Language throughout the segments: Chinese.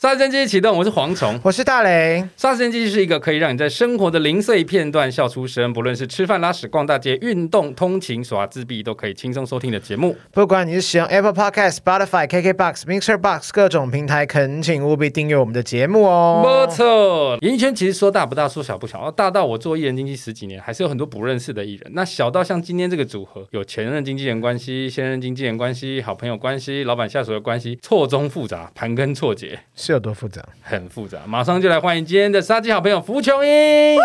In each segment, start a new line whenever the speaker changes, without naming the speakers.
杀时间机器启动，我是蝗虫。
我是大雷，
杀时间机器是一个可以让你在生活的零碎片段笑出声，不论是吃饭、拉屎、逛大街、运动、通勤、耍自闭，都可以轻松收听的节目。
不管你是使用 Apple Podcast、Spotify、KKBox、Mixer Box 各种平台，恳请务必订阅我们的节目
没
哦。
错，演艺圈其实说大不大，说小不小。大到我做艺人经纪十几年，还是有很多不认识的艺人；那小到像今天这个组合，有前任经纪人关系、现任经纪人关系、好朋友关系、老板下属的关系，错综复杂，盘根错节，
是有多复杂？
很复杂。马上就来欢迎今天的杀鸡好朋友福琼英，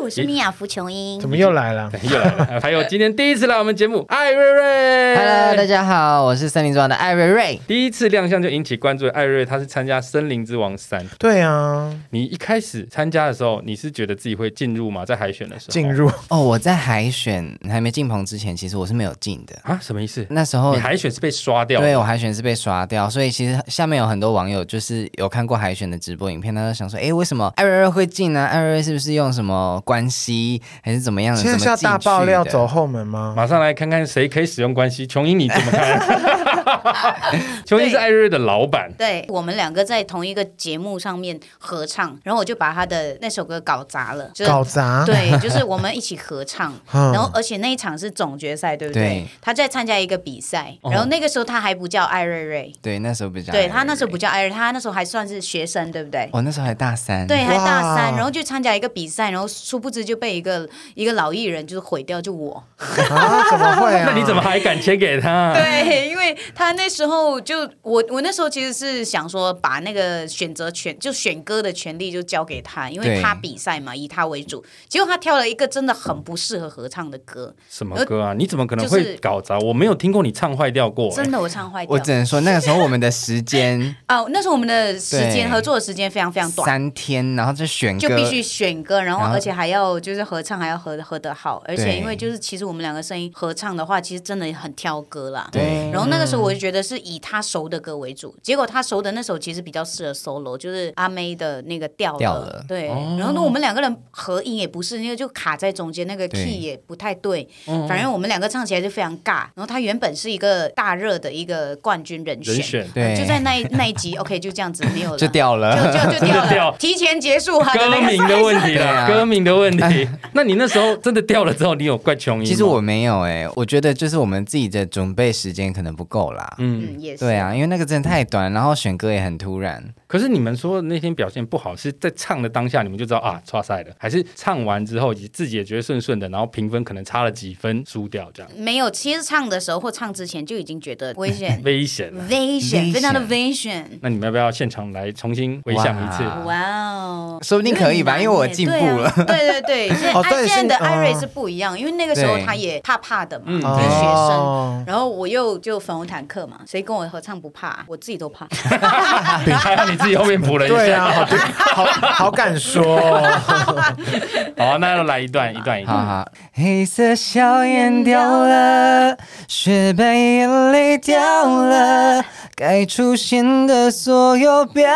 我是米娅福琼英
怎。么又来了？
又来了，还有今天第一次来我们节目艾瑞瑞
Hello，大家好，我是森林庄的艾瑞瑞。
第一次亮相就引起关注的艾瑞，他是参加《森林之王三》。
对啊，
你一开始参加的时候，你是觉得自己会进入吗？在海选的时候
进入
哦，我在海选还没进棚之前，其实我是没有进的。
啊？什么意思？
那时候
你海选是被刷掉？
嗯对我海选是被刷掉，所以其实下面有很多网友就是有看过海选的直播影片，他就想说，哎，为什么艾瑞瑞会进呢、艾瑞瑞是不是用什么关系还是怎么样的？
现在是要大爆料走后门吗？
马上来看看谁可以使用关系。琼英，你怎么看？琼英是艾瑞瑞的老板，
对我们两个在同一个节目上面合唱，然后我就把他的那首歌搞砸了，就是
搞砸，
对，就是我们一起合唱，
嗯
然后而且那一场是总决赛，对不对？
对
他在参加一个比赛，
哦
然后那个时候他还不叫艾瑞瑞，
对，那时候不叫艾瑞哦
对
瑞，
他那时候不叫艾瑞，他那时候还算是学生，对不对？
我、那时候还大三，
对，还大三，
哇
然后就参加一个比赛，然后殊不知就被一个一个老艺人就是毁掉，就我。
啊，怎么会 啊？
那你怎么还敢签给他？
啊
对，因为他那时候就我我那时候其实是想说把那个选择权就选歌的权利就交给他，因为
对
他比赛嘛，以他为主。结果他挑了一个真的很不适合合唱的歌，
什么歌啊？你怎么可能会
就是
搞砸？我没有听过你唱坏掉过、
真的我唱坏掉
我只能说那个时候我们的时 间
啊！那时候我们的时间
对
合作的时间非常非常短。
三天，然后就选歌，
就必须选歌，然后
然后
而且还要就是合唱，还要合合得好，而且
对
因为就是其实我们两个声音合唱的话，其实真的很挑歌啦。
对
然后那个时候我就觉得是以他熟的歌为主，结果他熟的那首其实比较适合 solo，就是阿妹的那个调了。
调了哦
对，然后呢，我们两个人合音也不是，因为就卡在中间，那个
对哦
key 也不太对，反正我们两个唱起来就非常尬。然后他原本是一个大热的一个冠军人选，嗯
人选
对
就在那一那一集，OK，就这样子没有了，
就掉了，
就就就 掉
就掉
了，提前结束他的
歌
那个
名的问题
对
啦，
啊
歌名的问题。那你那时候真的掉了之后，你有怪琼英吗？
其实我没有哎、我觉得就是我们自己的准备时间可能不够啦。
嗯，
嗯，也是
对啊，，因为那个真的太短，然后选歌也很突然。
可是你们说那天表现不好，是在唱的当下你们就知道啊，差赛了，还是唱完之后自己也觉得顺顺的，然后评分可能差了几分输掉这样，，
没有。其实唱的时候或唱之前就已经觉 得 危险
危险了。
危险，
危
非常的
险
危险。
那你们要不要现场来重新回想一次？
哇
哇哦，
啊说不定可以吧
有点难耶
因为我欸进步了
对啊 对 对对，所以
哦
艾
对
现在
是
的艾瑞是不一样，因为那个时候
对
他也怕怕的嘛，
嗯
他
哦
是学生。然后我又就粉红坦克嘛，谁跟我合唱不怕？我自己都怕。
还好你自己后面补了一
对
下。
啊，好对好好敢说 哦，
好，那要来一段一段一
好
段。
好，黑色笑颜掉了，雪白眼泪掉了，该出现的所有表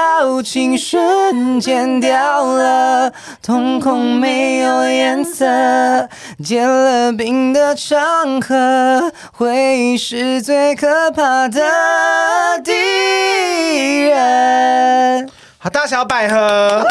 情瞬间掉了，瞳孔没有颜色，结了冰的场合，回忆是最可怕的敌人。
好大小百合，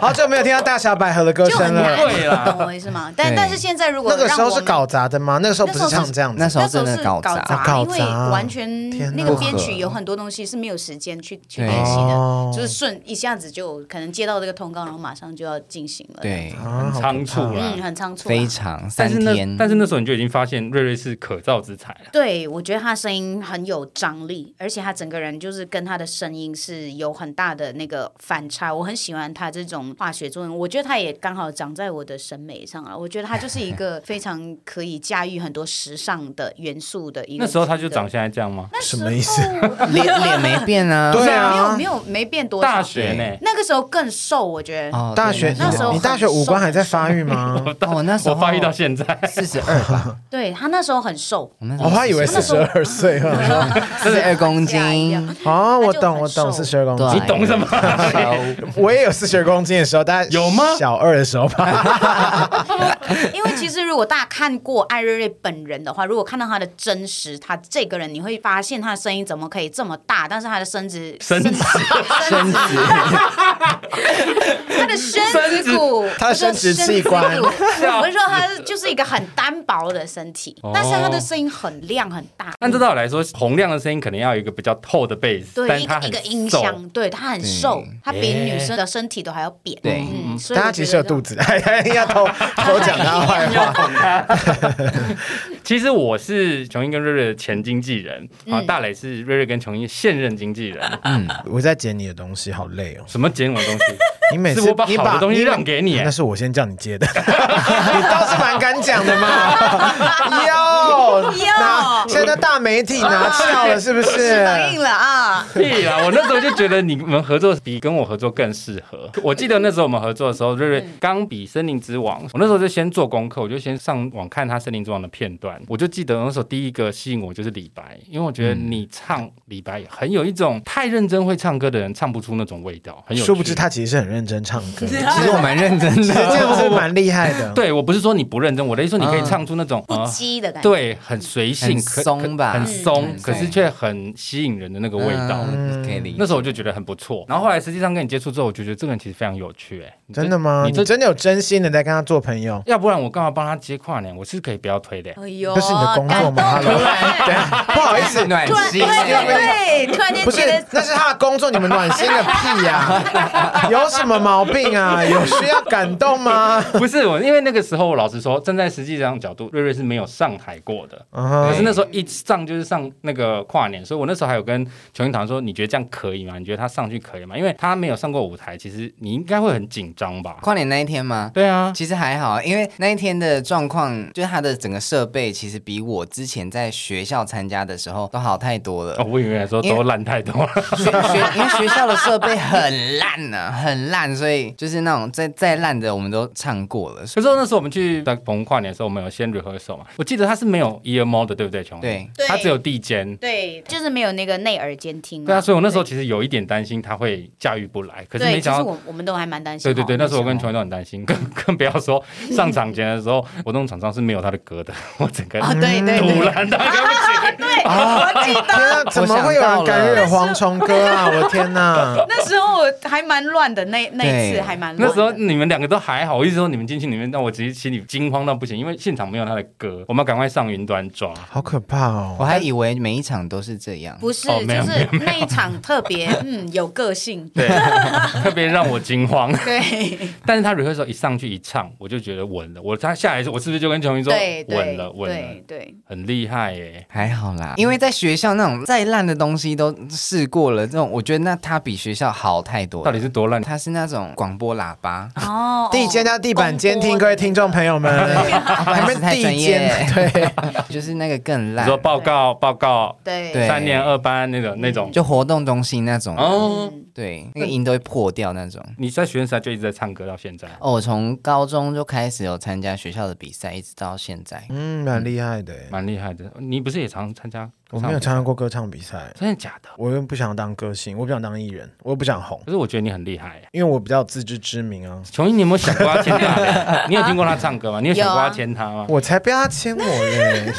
好久没有听到大小百合的歌
哎就很
声
难
了。
对啦
懂我意思吗？但
对
但是现在如果
那个时候
让我
是
们
搞砸的吗？那个时候不是唱 这样子
那时候真的
是
搞
搞
砸
啊
因为
搞砸
完全
天哪
那个编曲有很多东西是没有时间去去
对
练习
哦
的，就是顺一下子就可能接到这个通告，然后马上就要进行了。，
对，
啊，好
仓促啦
嗯，很仓促啊。
非常
但
三
是
天
那，但是那时候你就已经发现瑞瑞是可造之材了。
对，我觉得他声音很有张力，而且他整个人就是跟他的声音是有很大的那个反差。我很喜欢他这种化学作用，我觉得他也刚好长在我的审美上啊。我觉得他就是一个非常可以驾驭很多时尚的元素的一个。
那时候他就长现在这样吗？
那时候
什么意思？
脸脸没变啊。
对
没有
啊
没，有没变多少，
大学呢？
那个时候更瘦，我觉得。
哦，
大学
那时候
你大学五官还在发育吗？
哦，我那时候
我发育到现在，
四十二 吧，
对他那时候很瘦，
我那时
哦我
候
还以为四十二岁了。啊
四十二公
吓一
斤
跳，
哦，我懂，
那就很
我懂，
瘦
四十二公
对啊
斤
你懂什么？
我也有四十公斤的时候，大概
有吗
小二的时候吧，
因为其实如果大家看过艾瑞瑞本人的话，如果看到他的真实，他这个人你会发现他的声音怎么可以这么大，但是他的身子
身 子
身子，他的身子骨，
他的生殖器官
我就说身子骨我是说他就是一个很单薄的身体
哦，
但是他的声音很亮很大，
按照道理来说，洪亮的声音可能要有一个比较透的 bass，但
对
是
一
它
个
很
一个音
瘦
箱，对他很瘦，他比女生的身体都还要扁，
对
嗯，所以
但
我
他
觉
其
得
实有肚子，哎要偷偷讲他坏话。
其实我是琼英跟瑞瑞的前经纪人，啊，
嗯
大磊是瑞瑞跟琼英现任经纪 人。
我在捡你的东西，好累哦。
什么捡我的东西？
你每
是
次
我把
你
好的东西让给你哎
那是我先叫你接的， 你倒是蛮敢讲的嘛。哟
哟
拿现在大媒体拿翘了是不是？
反应了啊，
屁啦！我那时候就觉得你们合作比跟我合作更适合。我记得那时候我们合作的
嗯
时候，瑞瑞刚比《森林之王》，我那时候就先做功课，我就先上网看他《森林之王》的片段。我就记得那时候第一个吸引我就是李白，因为我觉得你唱李白很有一种太认真会唱歌的人唱不出那种味道，很有趣。
殊不知他其实是很认真唱歌，其
其实我蛮认真
实这样
的，
是蛮厉害的。
对我不是说你不认真，我的意思说 你可以
嗯
唱出那种
不
呃
羁的感觉，
对，很随性，
很
可
松
可
吧
很
嗯
松
很，
可是
松
却很吸引人的那个味道。
嗯可以理解
那时候我就觉得很不错，然后后来实际上跟你接触之后，我就觉得这个人其实非常有趣、哎，你这
真的吗？
你
你
这
真的有真心的在跟他做朋友？
要不然我干嘛帮他接跨年？我是可以不要推的、哎
哎呦，
这是你的工作吗
感动
？Hello
哎
对啊， 不好意思，
暖
突然，对
心。
对对，突然间
不
觉
是
得，
那是他的工作，你们暖心个屁呀、有什么毛病啊？有需要感动吗？
不是我，因为那个时候我老实说，站在实际上角度，瑞瑞是没有上台过的。
嗯哼
可是那时候一上就是上那个跨年，所以我那时候还有跟琼英堂说，你觉得这样可以吗？你觉得他上去可以吗？因为他没有上过舞台，其实你应该会很紧张吧？
跨年那一天吗？
对啊，
其实还好，因为那一天的状况，就是他的整个设备其实比我之前在学校参加的时候都好太多了。
哦，我以为来说
因
都
为
烂太多了。
学学因为学校的设备很烂呢、啊 很烂，所以就是那种再再烂的我们都唱过了。
可是那时候我们去在澎湖跨年的时候，我们有先 rehearsal 嘛？我记得他是没有 ear mod 的，对不对，琼？
对，
对嗯
他只有地间。
对，就是没有那个内耳监听、
对啊，所以我那时候其实有一点担心他会驾驭不来，可是
对
没想
其实
到。
我我们都还蛮担心。哦
对对对，那时候我跟
没想
琼都很担心，更 更不要 说上场前的时候，活动场上是没有他的歌的， 我整个
啊，对对
堵
对，
烂到一个
对，我记
天
得
啊，怎么会有人敢惹蝗虫哥啊？我的天哪！
那时候我还蛮乱的，那那一次
对
还蛮乱的。
那时候你们两个都还好，我一直说你们进去里面，但我直接心里惊慌到不行，因为现场没有他的歌，我们要赶快上云端 抓。
好可怕
我
哦！
还以为每一场都是这样，
不是，
哦没
就
有
是那一场特 别，嗯，有个性。
对，特别让我惊慌。
对
但是他 rehearsal 一上去一唱，我就觉得稳了。我他下来的时候，我是不是就跟琼英说
对
稳
对
了，稳了
对，对，
很厉害耶！
还好啦。因为在学校那种再烂的东西都试过了，这种我觉得那他比学校好太多了。
到底是多烂？
他是那种广播喇 叭，
哦，
地监加地板监听，
公播的
各位听众朋友们，
还
还没
是太专
地监
业，
对，
就是那个更
你
烂
说，报告报告，
对
对嗯
三年二班那种那种，
就活动中心那种，
哦，
嗯
对，那个音都会破掉那种。
你在学生时代就一直在唱歌到现在，
哦，我从高中就开始有参加学校的比赛，一直到现在。
嗯，蛮厉害的。
蛮厉害的。你不是也常参加？
我没有，参加过歌唱比赛，
真的假的？
我又不想当歌星，我不想当艺人，我又不想红，
可是我觉得你很厉害耶。
因为我比较有自知之明啊。
琼英，你有没有想过要签大 雷？你有听过他唱歌吗？你有想
啊
过要签他吗？
我才不要他签我 嘞，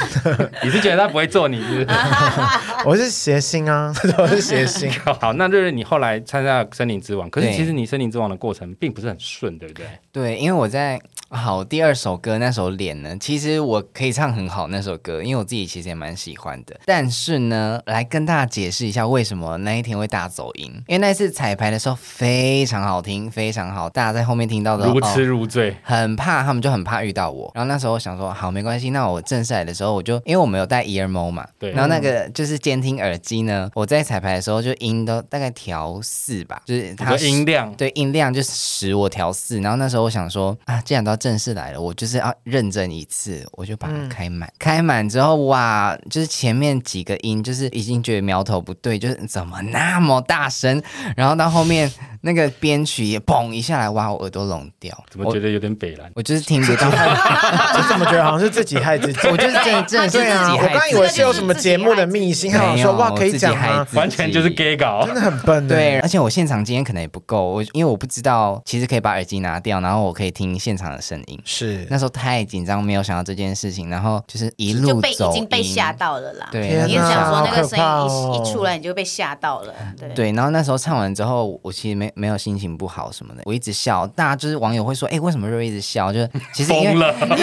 你是觉得他不会做你是不是？
啊
我是谐星啊， 我是谐 星。
好，那瑞瑞，你后来参加了森林之王，可是
对
其实你森林之王的过程并不是很顺，对不对？
对，因为我在好第二首歌那首《脸》呢，其实我可以唱很好那首歌，因为我自己其实也蛮喜欢的。但是呢，来跟大家解释一下为什么那一天会大走音，因为那次彩排的时候非常好听，非常好，大家在后面听到的
如痴
哦
如醉。
很怕，他们就很怕遇到我。然后那时候我想说，好，没关系，那我正式来的时候，我就因为我们有戴 ear mo 嘛，
对
然后那个就是监听耳机呢，我在彩排的时候就音都大概调四吧，就是
你
它
说音量，
对，音量就是十，我调四。然后那时候我想说啊，既然都要正式来了，我就是要认真一次，我就把
嗯
它开满。开满之后，哇，就是前面几个音就是已经觉得苗头不对，就是怎么那么大声。然后到后面那个编曲也砰一下来，哇，我耳朵聋掉。
怎么觉得有点北蓝？
我就是听 不到，
我怎么觉得好像是自己害自己？
我就是真的真的是 自
对
己
啊，
害
我刚以为是有什么节目的秘辛，还
没
想
有
说哇可以讲
我自己害
吗
自？己
完全就是 gay 搞
真。的很笨欸
对，而且我现场今天可能也不够，我因为我不知道，其实可以把耳机拿掉，然后我可以听现场的声音。
是
那时候太紧张，没有想到这件事情，然后就是一
就
路
被已
走
经被
音
吓到了啦。
对
天
你也想说
哪
那个声音
好可
一、
怕哦
一出来你就被吓到了，对。
对，然后那时候唱完之后，我其实没没有心情不好什么的，我一直笑，大家就是网友会说，哎、为什么瑞瑞一直笑？就是其 实因为
疯了，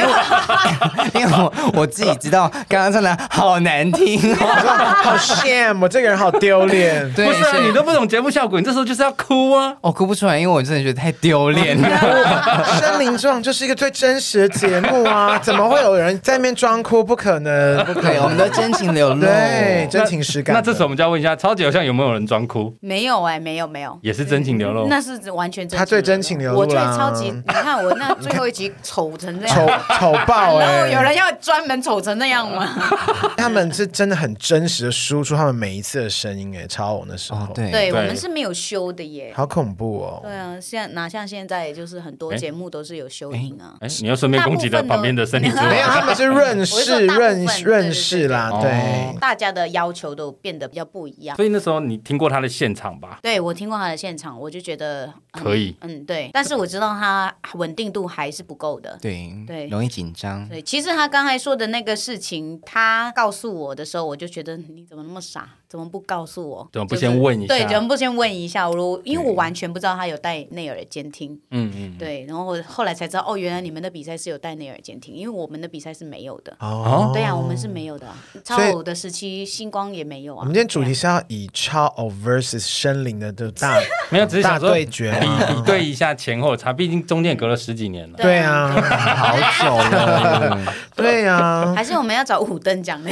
因为我我自己知道刚刚唱的好难听
啊
哦，
好 shame，我这个人好丢 脸。
对，
不是啊
所以哦
你都不懂节目效果，你这时候就是要哭啊！
我哭不出来，因为我真的觉得太丢脸了。
森林这种就是一个最真实的节目啊， 怎么会有人在那边装哭？不可能，不可
对，我们
能。
都真情流露。
对，真情实感
那
的。
这时候我们就要问一下，超级偶像有没有人装哭？
没有哎、没有没有，
也是真情流露。
那是完全真情流露
他最真情流露
我最
啦
超级，你看我那最后一集丑成这样，
丑丑爆
然后
哎、
有人要专门丑成那样吗？
他们是真的很真实的输出他们每一次的声音哎、超红的时候，
哦，， 对，
对我
哎对
们是没有修的耶。
好恐怖哦。
对啊，现在哪像现在就是很多
哎
节目都是有修音啊。
哎，你又顺便攻击了旁边的森 林之
没有，
王。
他们是润
我
饰
是说大部分
润
对对
饰
对
润饰啦，
对
对
哦。
大家的要求都变得比较不一样。
所以那时候你听过他的现场吧？
对我听过他的现场，我就觉得嗯
可以
嗯，对，但是我知道他稳定度还是不够的。
对
对
容易紧张。
对，其实他刚才说的那个事情，他告诉我的时候，我就觉得你怎么那么傻，怎么不告诉我？
怎么不
就是
先问一下
对，怎么不先问一下？我因为我完全不知道他有戴内耳监听，
嗯嗯。
对，然后我后来才知道，哦，原来你们的比赛是有戴内耳监听，因为我们的比赛是没有的。
哦
对啊，我们是没有的啊，超
所以
偶的时期，星光也没有啊。
我们今天主
对
题是要以超偶 versus 森林的这 大
没有，
嗯
只是想
大
说
对
比
决嘛。
比对一下前后差，毕竟中间隔了十几 年了。
啊
对啊，
好久了，
对啊，
还是我们要找五等奖的，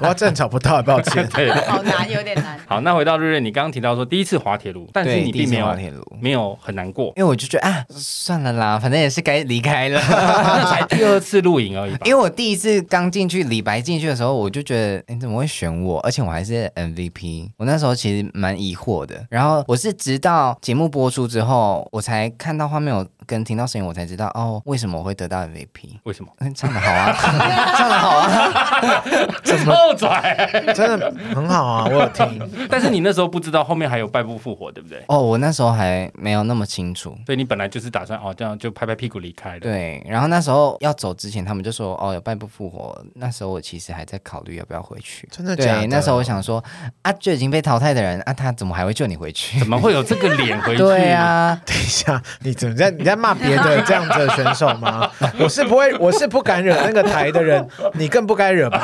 我要正找不到，抱歉。
对。
好难，有点难。
好，那回到瑞瑞，你刚刚提到说第一次滑铁卢，但是
对
你
第一
并
次
没有
滑铁卢
没有很难 过，
因为我就觉得啊，算了啦，反正也是该离开了。
才第二次录影而已吧
因为。我第一次刚进去，李白进去的时候，我就觉得你怎么会选我？而且我还是 MVP，我那时候其实蛮疑惑的。然后我是直到节目播出之后，我才看到画面，我跟听到声音，我才知道哦，为什么我会得到 MVP。
为什 么？
嗯唱的好啊， 唱的好啊，
臭拽！
真的很好啊，我有听。
但是你那时候不知道后面还有败部复活，对不对？
哦，我那时候还没有那么清楚。
所以你本来就是打算哦，这样就拍拍屁股离开的。
对，然后那时候要走之前，他们就说哦有败部复活。那时候我其实还在考虑要不要回去。
真的假的
对，那时候我想说啊，就已经被淘汰的人啊，他怎么还会救你回去？
怎么会有这个脸回去？
对啊，
等一下，你怎么在你在骂别的这样子的选手 吗？我是不会，我是不敢惹那个台的人，你更不该惹吧？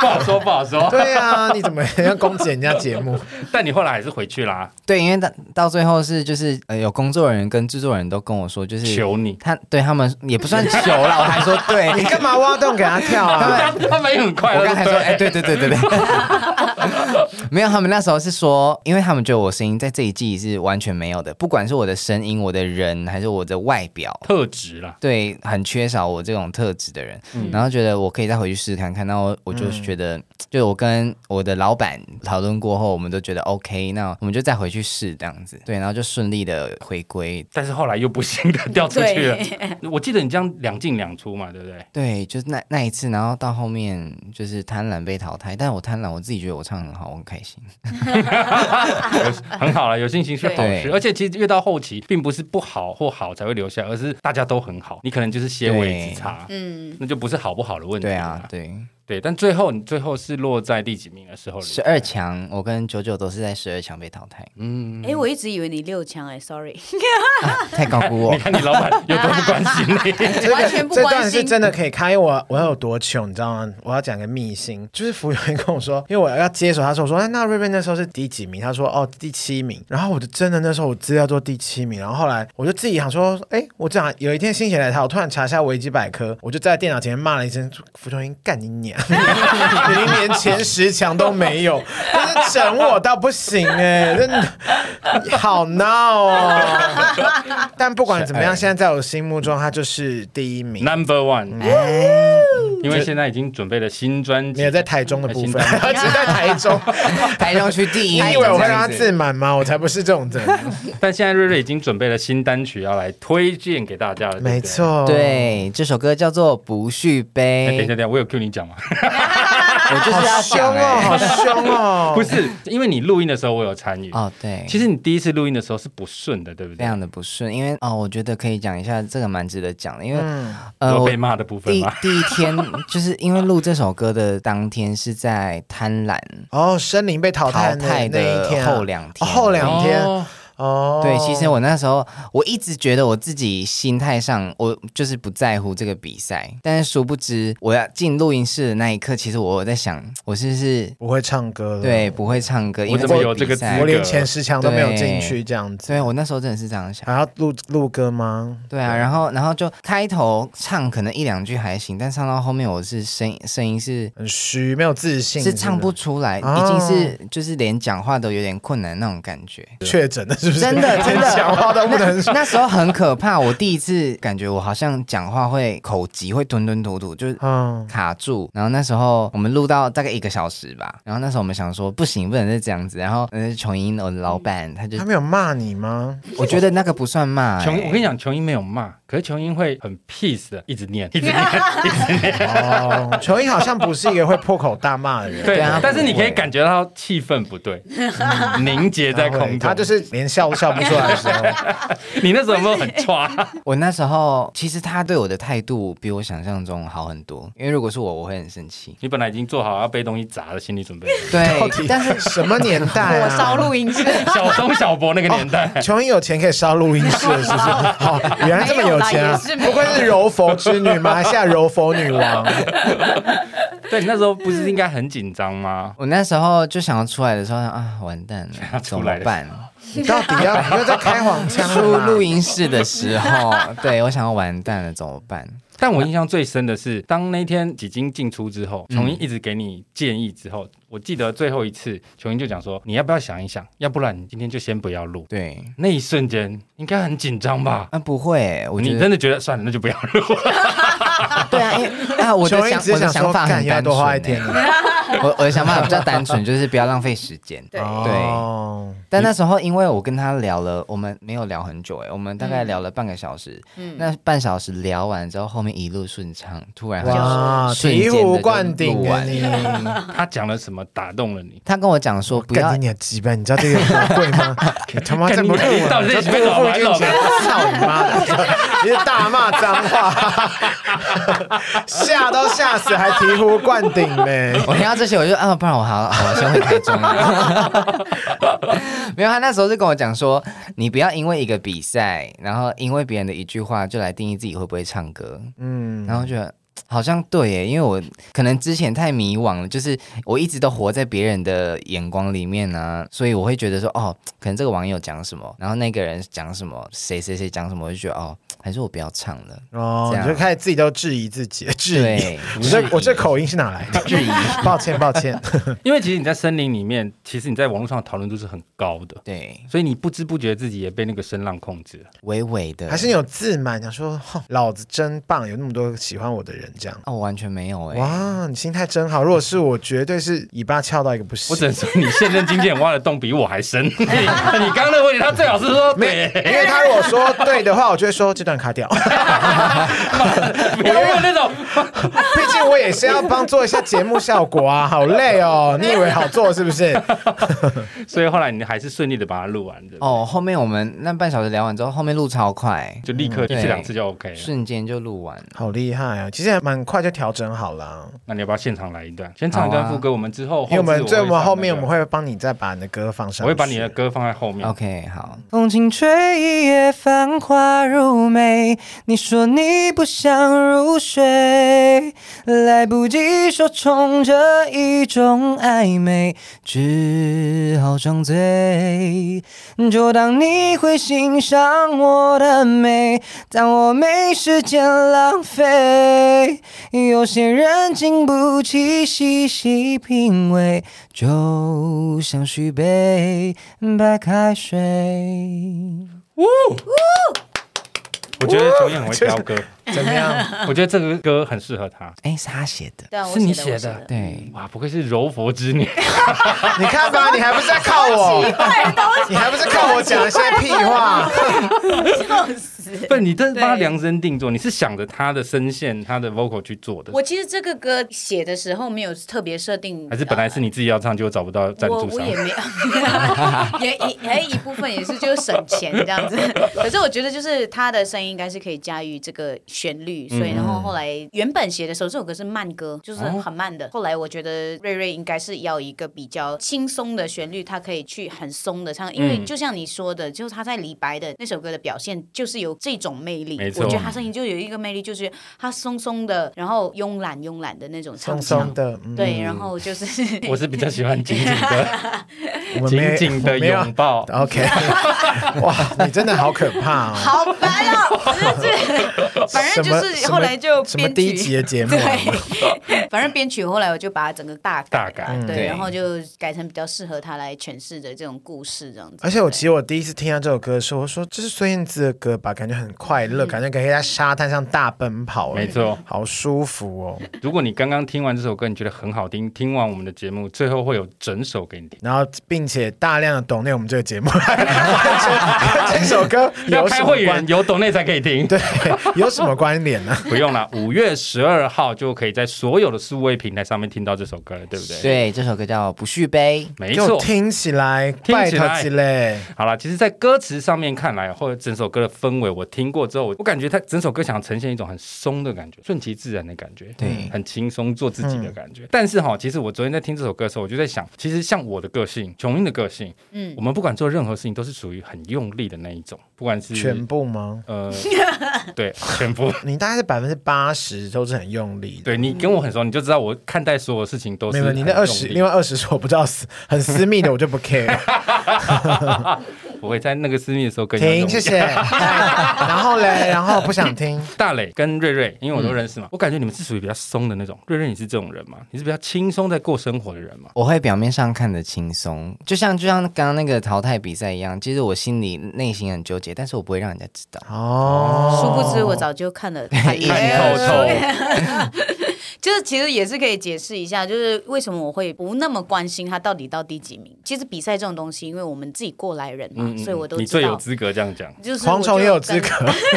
不好说，不好说。
对啊，你怎么要攻击人家节目？
但你后来还是回去啦，
对，因为到到最后是就是呃，有工作人员跟制作人都跟我说，就是
求你。
他对他们也不算求啦，我还说 对，
你干嘛挖洞给他跳 啊？
他他们也很快乐。
我刚才说
对不对
哎，对对对对对， 没有，他们那时候是说，因为他们觉得我声音在这一季是完全没有的，不管是我的声音、我的人还是我的外表。
特质啦，
对，很缺少我这种特质的人，
嗯
然后觉得我可以再回去试试看看。那我我就是觉得，就是我跟我的老板讨论过后，我们都觉得 OK，那我们就再回去试这样子。对，然后就顺利的回归。
但是后来又不幸的掉出去了。我记得你这样两进两出嘛，对不对？
对，就是那那一次，然后到后面就是贪婪被淘汰，但我贪婪，我自己觉得我唱得很好，我很开心。
很好了，有心情是好事。
啊对
而且其实越到后期，并不是不好或好才会留下，而是大家都很好，你可能就是些微之差。
嗯，
那就不是好不好的问题
对
了
啊，对，
对，但最后你最后是落在第几名的时候？
十二强，我跟九九都是在十二强被淘汰，
嗯，
哎，我一直以为你六强哎，sorry，
太高估我
你。看你老板有多不关心你。
这
完全
个
不
这
关
段是
心。
真的可以开我，我有多穷，你知道吗？我要讲个秘辛，就是服务员跟我说，因为我要接手他的时候，我说，哎，那瑞瑞那时候是第几名？他说，哦，第七名。然后我就真的那时候我资料做第七名，然后后来我就自己想说，哎，我这样有一天心血来潮，我突然查一下维基百科，我就在电脑前面骂了一声，服从英干你 娘，你连前十强都没有，真是整我到不行哎、真的 好闹哦。
哎
但不管怎么样，现在在我心目中他就是第一名。
Number one，
哎，
因因为现在已经准备了新专辑。
你有在台中的部分，
还
他只在台中，
台上去第
你
一名，
以为我会让他
这样子
自满吗？我才不是这种人，
但现在瑞瑞已经准备了新单曲要来推荐给大家了，对不对
没。错，，
对，这首歌叫做《不续
哎等一
杯
下，》，等一下，我有 Q 你讲吗？
我就是要
凶
讲
哦，
哎
好凶 哦，
不是，因为你录音的时候我有参与。
哦，对，
其实你第一次录音的时候是不顺的，对不
非
对？
常的不顺，因为哦，我觉得可以讲一下，这个蛮值得讲的，因为、
嗯
呃，
有
我
被骂的部分
第
吗？
第一天就是因为录这首歌的当天是在贪婪
哦，森林被淘汰
淘
的
汰
那一
的
天啊，
后两天，
哦后两天
哦
哦，
对，其实我那时候我一直觉得我自己心态上，我就是不在乎这个比赛，但是殊不知我要进录音室的那一刻，其实我有在想，我是不是
不会唱歌了，
对不会唱歌，因为
怎么有这
比
个
赛
资
我
格
连前十强都没有进去，这样子
对我那时候真的是这样 想。
还要录录歌吗？
对啊，然后然后就开头唱可能一两句还行，但唱到后面我是声音声音是
很虚，没有自信，
是唱不
是
出来，
哦
已经是就是连讲话都有点困难那种感觉。
不是确诊的，是不是？
真 的真的
讲话都 不能说。
那时候很可怕，我第一次感觉我好像讲话会口急，会吞吞吐吐，就是
嗯，
卡住。然后那时候我们录到大概一个小时吧，然后那时候我们想说不行，不能再这样子。然后嗯，琼英我的老板他就
他，没有骂你吗？
我觉得那个不算骂、
啊
欸
琼，我跟
你
你讲，琼英没有骂，可是琼英会很 peace 的一直念，一直念。
哦，球英好像不是一个会破口大骂的人，
对
对啊，
但是你
不会
可以感觉到气氛不对，凝结在空中。
他就是连笑都笑不出来的时候，
你那时候有没有很抓？。
我那时候其实他对我的态度比我想象中好很多，因为如果是我，我会很生气
你本来已经做好要被东西砸的心理准备了，
对，哎但是
什么年代
火烧
啊？
录音室，
小东小博那个年代。
球英有钱可以烧录音室， 是不是？好，原来这么有钱啊
没有啦也是！没有
不愧是柔佛之女， 马来西亚柔佛女王。
对，你那时候不是应该很紧张吗？
我那时候就想要出来的时候啊，完蛋了，怎
出
么
来的
办？
你到底要你又在开黄腔
出
了
录
吗？
音室的时候，对我想要完蛋了，怎么办？
但我印象最深的是，当那天几经进出之后，琼英一直给你建议之后，我记得最后一次，琼英就讲说：“你要不要想一想？要不然你今天就先不要录。
对”，
那一瞬间应该很紧张吧？
啊不会，我
你
觉
真
得
的觉得算了，那就不要录。
对啊，因 为啊我
球
的
英
想
只
我的
想
想
说，
法
干
很
要
单
多
纯
花一点
欸，。 我我的想法比较单纯，就是不要浪费时间。
对
哦
但那时候因为我跟他聊了，我们没有聊很久哎，我们大概聊了半个小时。
嗯
那半小时聊完之后，后面一路顺畅，突然
哇，
瞬间
醍
的
醐灌顶
录
啊
完。
你！
他讲了什么打动了你？
他跟我讲说不要
干你，你的鸡巴，你知道这个有多贵吗？你他妈
干
这
你
么
娘你到底在里面搞完了没
操你妈的！你是大骂脏话，吓都吓死，还醍醐灌顶 呢。
我听到这些，我就啊，不然我好，好我先回台中了。 没有，他那时候就跟我讲说，你不要因为一个比赛，然后因为别人的一句话就来定义自己会不会唱歌。
嗯，
然后觉得好像对耶，因为我可能之前太迷惘了，就是我一直都活在别人的眼光里面啊，所以我会觉得说，哦，可能这个网友讲什么，然后那个人讲什么，谁谁谁讲什么，我就觉得哦，还是我不要唱了。
哦，
这样
你就开始自己都质疑自己，质疑。
对，
我这我这口音是哪来的？质疑，抱歉抱歉。
因为其实你在森林里面，其实你在网络上的讨论度是很高的，
对，
所以你不知不觉自己也被那个声浪控制了。
微微的，
还是你有自满，想说哼老子真棒，有那么多喜欢我的人这样。
哦，我完全没有哎。
哇，你心态真好。如果是我，绝对是尾巴翘到一个不行。
我只能说，你现任经纪人挖的洞比我还 深。你你刚刚那个问题，他最好是说
没，
对，
因为他如果说对的话，我就会说这段卡掉。
没有那种
毕竟我也是要帮做一下节目效果啊，好累哦。你以为好做是不是？
所以后来你还是顺利的把它录完的，
哦，后面我们那半小时聊完之后，后面录超快，
就立刻一
嗯对
次两次就
啊
OK 了。
瞬间就录完了。
好厉害啊！其实也蛮快就调整好了，啊
那你要不要现场来一段？先唱一段
好啊
副歌，我们之后
哦因为我们最
最
我们后面我们会帮你再把你的歌放上去。
我会把你的歌放在后面。
OK，好。风轻吹一夜繁花入寐，你说你不想入睡，来不及说冲着一种暧昧，只好装醉。就当你会欣赏我的美，但我没时间浪费。有些人经不起细细品味，就像续杯白开水。
我觉得琼英很会挑歌，
怎 么样？
我觉得这个歌很适合他。
哎，是他写的，
对啊，我
是你
写的，
写的
我
对，
哇，不愧是柔佛之 女，
你看吧，你还不是在靠 我？你还不是靠我讲一些屁话？
不，你这是帮他
对
量身定做，你是想着他的声线、他的 vocal 去做的，
我其实这个歌写的时候没有特别设定，
还是本来是你自己要唱，结果找不到赞
我
助
我
商
也？没有， 也一还一部分也是就是省钱这样子。可是我觉得就是他的声音应该是可以驾驭这个旋律，所以
嗯
然后后来原本写的时候这首歌是慢歌，就是
哦
很慢的。后来我觉得瑞瑞应该是要一个比较轻松的旋律，他可以去很松的唱，因为
嗯
就像你说的，就是他在李白的那首歌的表现就是有这种魅力。
没错
我觉得他声音就有一个魅力，就是他松松的，然后慵懒慵懒的那种唱
松
腔。
松的，嗯，
对，然后就是
我是比较喜欢紧紧的、
我们
紧
没
紧
我
的
没有
拥抱。
OK，哇，你真的好可怕哦！
好烦哦，就是反正就是后来就
什么
编
低级
曲。
的节目啊，
对， 反正编曲后来我就把它整个大改
大改
对，
对
然后就改成比较适合他来诠释的这种故事这样子。
而且我其实我第一次听到这首歌的时候，我说这是孙燕姿的歌吧，感觉很快乐，感觉可以在沙滩上大奔跑，哎
没错，
好舒服哦。
如果你刚刚听完这首歌，你觉得很好听，听完我们的节目，最后会有整首给你听。
然后，并且大量的懂内我们这个节目，这首歌
要
有什
开
么
会员
关？
有懂内才可以 听，
对，有什么关联呢？
不用啦，五月十二号就可以在所有的数位平台上面听到这首歌了，对不对？，
对，这首歌叫《不续杯
没
给我
错。
听起来，
听
拜
起
托
来
之类，
好啦，其实，在歌词上面看来，或者整首歌的氛围，我听过之后，我我感觉它整首歌想呈现一种很松的感觉，顺其自然的感觉，
对
很轻松做自己的感
嗯
觉。但是哈，其实我昨天在听这首歌的时候，我就在想，其实像我的个性，琼英的个性，嗯，我们不管做任何事情都是属于很用力的那一种，不管是
全部吗？
呃，对，全部。
你大概是百分之八十都是很用力的。
对你跟我很熟，你就知道我看待所有事情都
没
是
有，你那
很
二
用
十，
力
另外二十是我不知道私很私密的，我就不 care。
我会在那个私密的时候跟你
停，
用力
谢 谢。哎然后嘞，然后不想听。
大磊跟瑞瑞，因为我都认识嘛，我感觉你们是属于比较松的那种。瑞瑞，你是这种人吗？你是比较轻松在过生活的人吗》，？
我会表面上看得轻松，就像就像刚刚那个淘汰比赛一样，其实我心里内心很纠结，但是我不会让人家知道。
哦，
殊不知我早就看了
看
一
看透
啊
透，
就是其实也是可以解释一下，就是为什么我会不那么关心他到底到第几名。其实比赛这种东西，因为我们自己过来人嘛，所以我都
嗯你
知
最有
道。
资格这样讲，
就是
蝗
我
虫
就
也有
跟
资格，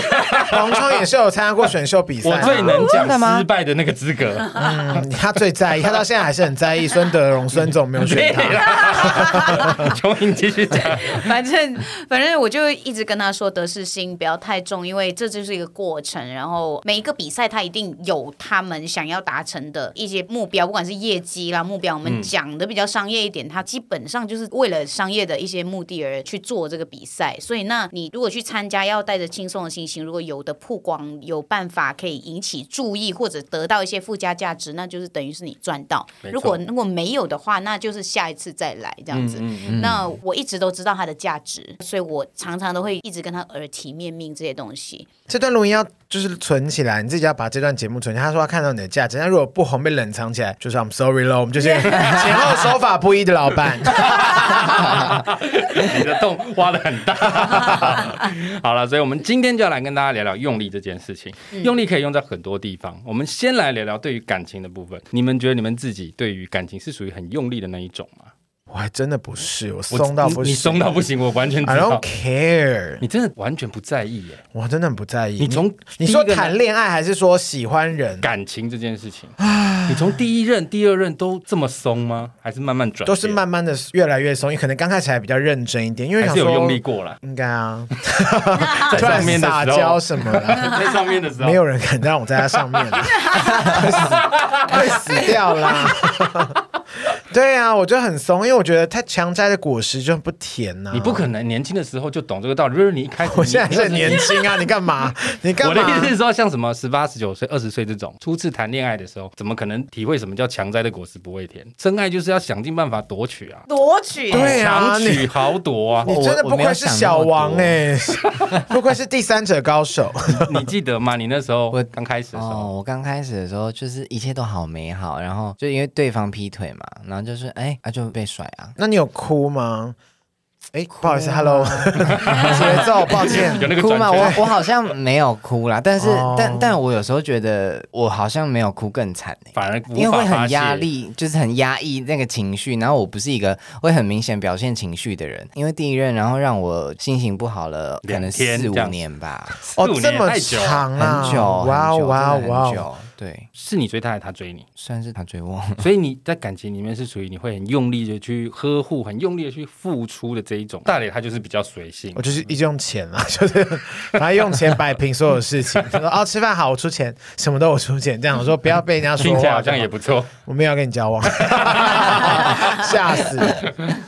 蝗虫也是有参加过选秀比赛
我
啊。
最能
真的
讲
吗
失败的那个资 格。
嗯，他最在意，他到现在还是很在意孙德荣、孙总没有选他。
啊 琼英继续讲，
反正反正我就一直跟他说得失心不要太重，因为这就是一个过程。然后每一个比赛他一定有他们想要达成的一些目标，不管是业绩啦目标，我们讲的比较商业一点，他基本上就是为了商业的一些目的而去做这个比赛。所以那你如果去参加，要带着轻松的心情，如果有的曝光有办法可以引起注意或者得到一些附加价值，那就是等于是你赚到
没。错
如果如果没有的话，那就是下一次再来这样子。那我一直都知道它的价值，所以我常常都会一直跟他耳提面命这些东西。
这段录音要就是存起来，你自己要把这段节目存起来。他说他看到你的价值，但如果不红被冷藏起来，就是 I'm sorry 咯，我 们就是前后手法不一的老板。
你的洞挖的很大。 好了，所以我们今天就要来跟大家聊聊用力这件事情。
嗯
用力可以用在很多地方，我们先来聊聊对于感情的部分。你们觉得你们自己对于感情是属于很用力的那一种吗？
我还真的不是，我
我
松到不
你
行，
你松到不行，我完全知
I
道
don't。care，
你真的完全不在意耶！
我真的很不在意。
你从
你说
第一个
谈恋爱还是说喜欢人，
感情这件事情，你从第一任、第二任都这么松吗？还是慢慢转变？
都是慢慢的越来越松。你可能刚开始还比较认真一点，因为
还
想
是
说。
有用力过了
应该啊，
在
突然
上面的
撒
时候啊
娇什 么的。
在上面的时候，
没有人肯让我在他 上面，会死会死掉啦。对啊，我就很怂，因为我觉得太强摘的果实就不甜呐、
你不可能年轻的时候就懂这个道理。就是你一开始，
我现在是很
你
年轻啊，你干嘛？你干
我的
嘛？
意思是说，像什么十八、十九岁、二十岁这种初次谈恋爱的时候，怎么可能体会什么叫强摘的果实不会甜？真爱就是要想尽办法夺取啊，
夺取
对啊，
强取
你
豪夺 啊！
你真的不愧是小王哎、不愧是第三者高手。
你记得吗？你那时候
我
刚开始的时
哦，
候，
我刚开始的时候就是一切都好美好，然后就因为对方劈腿嘛，然后就是哎啊就被甩啊，
那你有哭吗？哎，不好意思，Hello，节奏，抱歉。
有那个
哭
转
吗？
折。
我我好像没有哭啦，但是、
哦
但但我有时候觉得我好像没有哭更惨、欸
反而无
因为
法
会
发
很
泄
压，力，就是很压抑那个情绪。然后我不是一个会很明显表现情绪的人，因为第一任，然后让我心情不好了，可
两
能
天
四
这
五
样
年吧，
哦
四五，
这
年
么
太久了
长啊！
很久，
哇
很久
哇哦
真的很
哇！
久，对，
是你追他还是他追你？
算是他追我。
所以你在感情里面是属于你会很用力的去呵护、很用力的去付出的这一种。大磊他就是比较随性
我，就是一直用钱啦， 就是反正用钱摆平所有事 情。他说哦，吃饭好，我出钱，什么都我出钱。这样我说不要被人家说
听起来
话，
好像也不 错。
我没有要跟你交 往，吓死！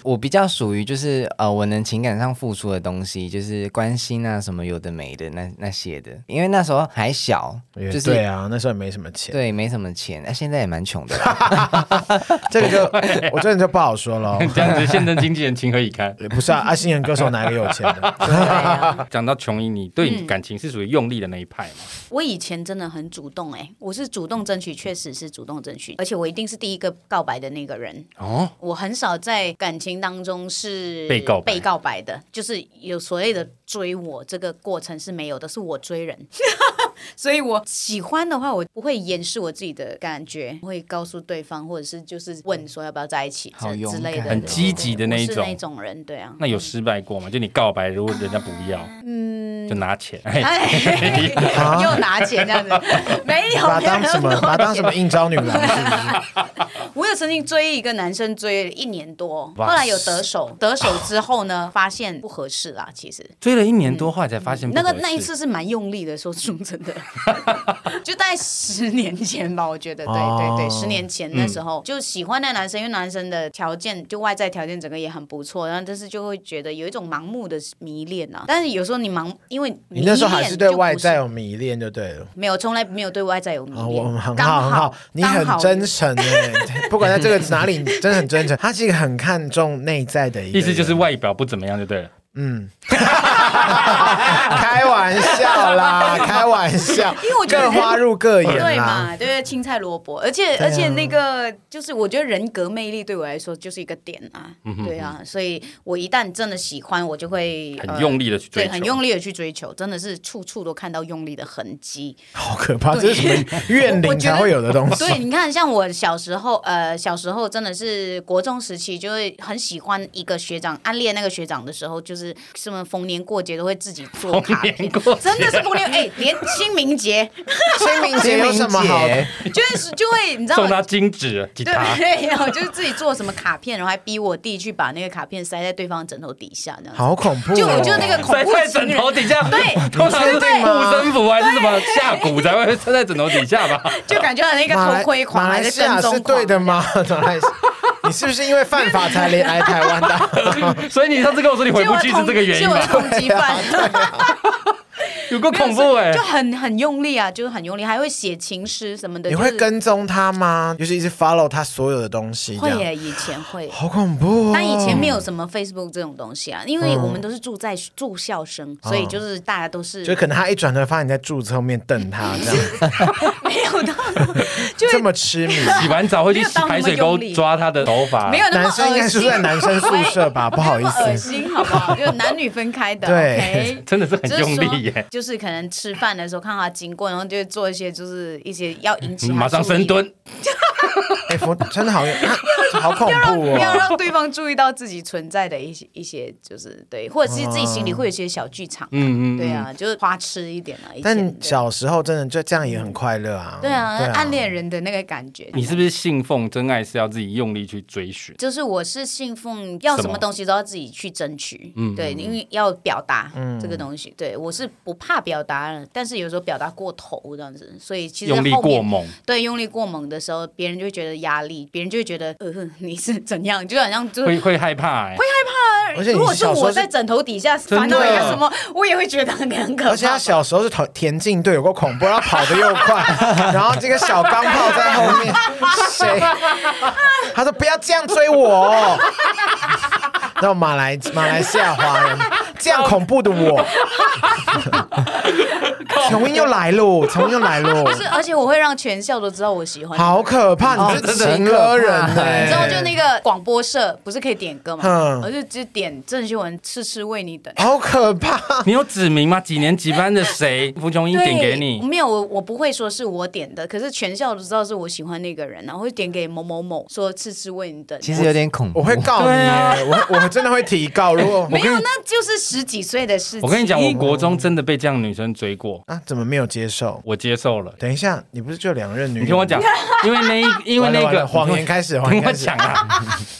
我比较属于就是呃，我能情感上付出的东西，就是关心啊什么有的没的那那些的，因为那时候还小，
也
就是
对啊，那时候也没什么钱，
对没什么钱，那、哎现在也蛮穷的啦。
这个就我真的就不好说喽。
这样子，现任经纪人情何以堪？
也不是啊，啊，新人歌手哪个有钱的？
对啊
讲到琼英，你对
嗯
你感情是属于用力的那一派吗？
我以前真的很主动哎、我是主动争取，确实是主动争取，而且我一定是第一个告白的那个人。
哦，
我很少在感情当中是
被告白
被告白的，就是有所谓的追我这个过程是没有的，是我追人。 所以我喜欢的话，我不会掩饰我自己的感觉，我会告诉对方，或者是就是问说要不要在一起
好
这
勇
之类的，
敢
很积极的那一
一
种
那种人，对啊。
那有失败过吗？就你告白，如果人家不要，嗯，就拿钱。哎
哎， 又拿钱这样子， 没有，
把
没有
当
那
什
么
么
多
把当什
钱
么应招女郎是不是？
我有曾经追一个男生，追了一年多，
哇
后来有 得手，得手之后呢，发现不合适啦。其实
追了一年多，后来才发现不
嗯那个
合适
那一次是蛮用力的，说说真 的，就大概十年前吧，我觉得，对对对，
哦嗯
十年前那时候、就喜欢那男生，因为男生的条件就外在条件整个也很不错，然后但是就会觉得有一种盲目的迷恋啊。但是有时候你盲，因为
你那时候还是对
迷恋就不
外在有迷恋就对了。
没有，从来没有对外在有迷
啊，
恋，
我们很
刚
好很
好
好，你很
刚好
真诚耶， 不管在这个哪里，你真的很真诚。他是一个很看重内在的一个
意
人，嗯
思就是外表不怎么样就对了。
开玩笑 啦，开玩笑，
因为我觉得
各花入各眼
啊
对
啦。
嘛，对对，青菜萝卜，而
对
且、
啊
而且那个就是，我觉得人格魅力对我来说就是一个点啊，
嗯
对啊，所以我一旦真的喜欢，我就会
很用
力、
力的去追
呃对，
求，
很用力的去追求，真的是处处都看到用力的痕 迹。
好可怕，这是什么怨
我
灵
觉
才
得
会有的东西？
对，你看，像我小时候，呃，小时候真的是国中时期，就会很喜欢一个学长，暗恋那个学长的时候，就是什么逢年过节都会自己做卡片，真的是逢年，哎、连清明节
清明节有什么好？
清明节
就是就会，你知 道
送
吗？
他金纸吉
对
他，
对，然后 就是自己做什么卡片，然后还逼我弟去把那个卡片塞在对方枕头底下，这样子。
好恐怖哦！
就我就那个恐
塞
怖
在
情
枕
人，
头底下，
对
通常是护
对
身符还是什么下蛊才会塞在枕头底下 吧？
就感觉很那个
马
偷
来
窥狂
马
还
来
是
西亚
跟踪
是
狂
对的吗？马来西亚，你是不是因为犯法才来来台湾的？
所以你上次跟我说你回
结
不
果
去是这个原因
我
吧？
通缉 犯，
有够恐怖哎
就！很很用力啊，就是很用力，还会写情诗什么的。
你
就
会
是
跟踪他吗？就是一直 follow 他所有的东西，这
会
样
耶，以前会。
好恐怖哦！
但以前没有什么 Facebook 这种东西啊，因
嗯
为我们都是住在住校生，所以就是大家都是
哦就可能他一转头发现你在柱子后面瞪他，这样
没有到， 就
这
会
么痴 迷。
洗完澡会去洗排水沟抓他的头发，
没有那么
男生应该
恶
是
心
住在男生宿舍 吧？不好意
那么恶
思，
心，好 不好？就男女分开的，
对
OK
真的是很
就是
用
说
力耶！
就是可能吃饭的时候看到他经过，然后就会做一些就是一些要引起
你嗯
他
马上
注意
深，蹲，
哎，我真 的好有，啊好恐怖
不要
哦！
让对方注意到自己存在的一些一些就是对，或者是自己心里会有一些小剧场，
嗯嗯嗯
对啊，就是花痴一点啊。以前
但
对
小时候真的就这样也很快乐啊。
对啊，暗恋人的那个感觉，
你是不是信奉真爱是要自己用力去追寻？
就是我是信奉要什
什
么
么嗯
东西都要自己去争取，对，因为要表达这个东西，对我是不怕表达，但是有时候表达过头这样子，所以其实
用力
后面
过 猛，
对用力过猛的时候，别人就会觉得压力，别人就会觉得呃你是怎样，就好像就是。呃
会会害怕哎。
而且你
如果是
小时候
我
是
在枕头底下
真的
烦恼一个什么，我也会觉得很可怕。
而且他小时候是田田径队，有过恐怖，然后跑得又 快，然后这个小钢炮在后面，谁？他说不要这样追我，哦 那马来 马来西亚华人这样恐怖的我，重音又来喽，重音又来 喽，
是，而且我会让全校都知道我喜欢你。
好可怕！
哦
你是
真的很
情歌人欸
可怕
呢。
之后就那个广播社不是可以点歌嘛，
嗯
我就只点郑秀文《痴痴为你等》。
好可 怕！
你有指名吗？几年几班的谁？蒲琼英点给你。
没有我我不会说是我点的，可是全校都知道是我喜欢那个人，然后会点给某某某说痴痴为你等。
其实有点恐怖。
我会告你
对啊
耶，我我真的会提告。如果
没有，那就是十几岁的事情。
我跟你讲，我国中真的被这样的女生追过，
啊，怎么没有接受？
我接受了。
等一下，你不是就两任女？
你听我 讲，，因为那一因为
完了
那
完了
个
谎言开始，谎
听
言
我
开始
讲。 啊，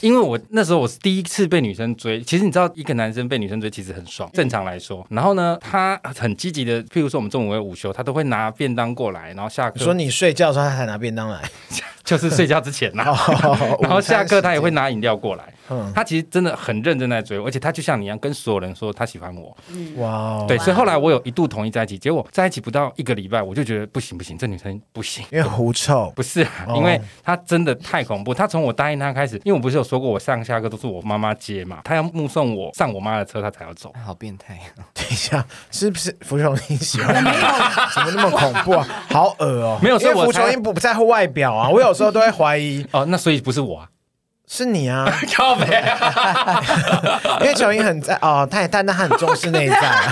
因为我那时候我是第一次被女生追，其实你知道，一个男生被女生追其实很爽，
嗯
正常来说。然后呢，他很积极的，譬如说我们中午会午休，他都会拿便当过来，然后下课
你说你睡觉的时候，他才拿便当来，
就是睡觉之前 呐、
哦
然后下课他也会
午餐时间
拿饮料过来
嗯。
他其实真的很认真在追我，而且他就像你一样，跟所有人说他喜欢我。
哇哦，
对，所以后来我有一度同意在一起，结果在一起不到一个礼拜，我就觉得不行不行，这女生不行。
因为狐臭，
不是、啊，
哦
因为她真的太恐怖。她从我答应她开始，因为我不是有说过我上下课都是我妈妈接嘛，她要目送我上我妈的车，她才要走。
好变态啊！
等一下，是不是服从英喜欢？怎么那么恐怖啊？好恶哦！
没有
因
所以
为
我
服
才
从英不在乎外表啊，我有时候都会怀疑
哦，那所以不是 我啊，
是你啊，
靠北啊，
因为球英很在哦，他也但但他很重视内在啊。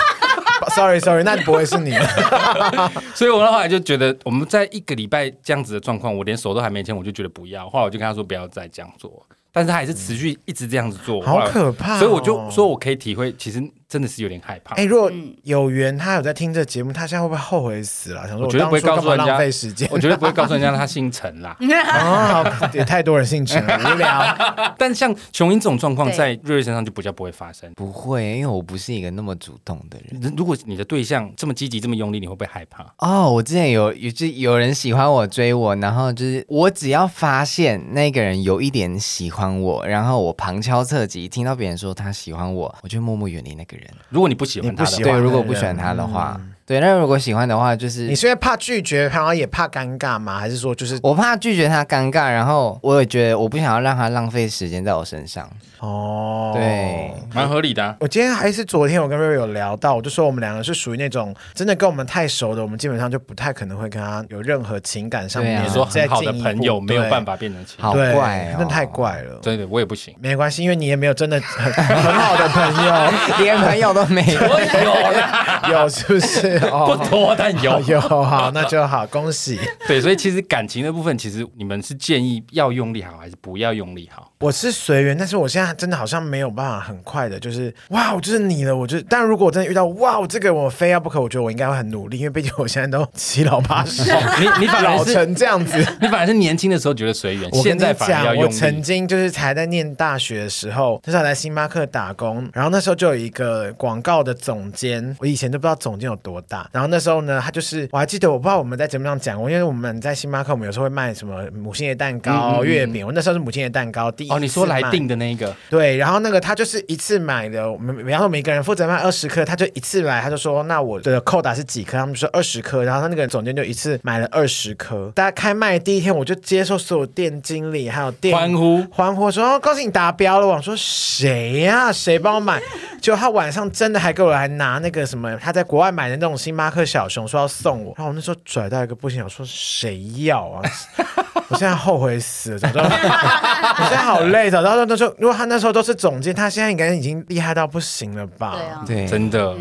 Sorry Sorry，那不会是你。 啊
所以我后来就觉得，我们在一个礼拜这样子的状况，我连手都还没牵，我就觉得不要。后来我就跟她说不要再这样做，但是她还是持续一直这样子做，
好
后来
可怕哦
所以我就说我可以体会，其实真的是有点害怕。
哎、如果有缘，他有在听这节目，他现在会不会后悔死了？想说
我
我
绝对
当
不会
初
告
干
诉
嘛
人家，
浪费时 间？
我绝对不会告诉人家她姓陈 啦。
啊、好也太多人姓陈了，无聊。
但像琼英这种状况，
对
在瑞瑞身上就比较不会发生。
不会，因为我不是一个那么主动的人。
如果你的对象这么积极、这么用力，你会不会害怕？
哦，我之前有有就有人喜欢我追我，然后就是我只要发现那个人有一点喜欢我，然后我旁敲侧击听到别人说他喜欢我，我就默默远离那个人。
如果你不喜欢他
你不
的
喜
话，
欢
对，
的
如果不喜欢
人嗯
他的话，对，那如果喜欢的话，就是
你是因为怕拒绝，然后也怕尴尬吗？还是说就是
我怕拒绝他尴尬，然后我也觉得我不想要让他浪费时间在我身上。
哦？
对，
蛮合理的、啊。
我今天还是昨天，我跟瑞瑞有聊到，我就说我们两个是属于那种真的跟我们太熟的，我们基本上就不太可能会跟他有任何情感上
对
面
啊
你
再进一步、
说很好的朋友没有办
法，
法变成情
好
人，
对，
怪哦
那太怪了。
真的我也不行。
没关系，因为你也没有真的很很好的朋友，
连朋友都没 有。
有啦，
有是不是？
不
哦，
多，但 有。
有好，那就好，恭喜！
对，所以其实感情的部分，其实你们是建议要用力好，还是不要用力 好？
我是随缘，但是我现在真的好像没有办法很快的，就是哇，我就是你了，我就。但如果我真的遇到哇，这个我非要不可，我觉得我应该会很努力，因为毕竟我现在都七老 八十，
哦你你反而
老
是
成这样子。
你反而是年轻的时候觉得随缘，
我跟
现
你
在反而要
讲，我
用
曾
力。
经就是才在念大学的时候，那时候还在星巴克打工，然后那时候就有一个广告的总监，我以前都不知道总监有多大。然后那时候呢，他就是我还记得，我不知道我们在节目上讲过，因为我们在星巴克，我们有时候会卖什么母亲节蛋
嗯嗯
糕、
嗯
月饼。我那时候是母亲节蛋糕第一次
哦，你说来
卖
定的那一个，
对，然后那个他就是一次买的，我们然后每个人负责卖二十颗，他就一次来，他就说那我的扣打是几颗，他们就说二十颗，然后他那个总监就一次买了二十颗。大家开卖第一天，我就接受所有店经理还有店
欢呼
欢呼说、哦、恭喜你达标了，我想说谁呀、谁帮我买？结果他晚上真的还给我来拿那个什么，他在国外买的那种星巴克小熊，说要送我，然后我那时候拽到一个不行，我说谁要啊？ 我现在后悔死了，早知道我现在好累，早知道那时候，如果他那时候都是总监，他现在应该已经厉害到不行了吧？
对啊，
对，
真的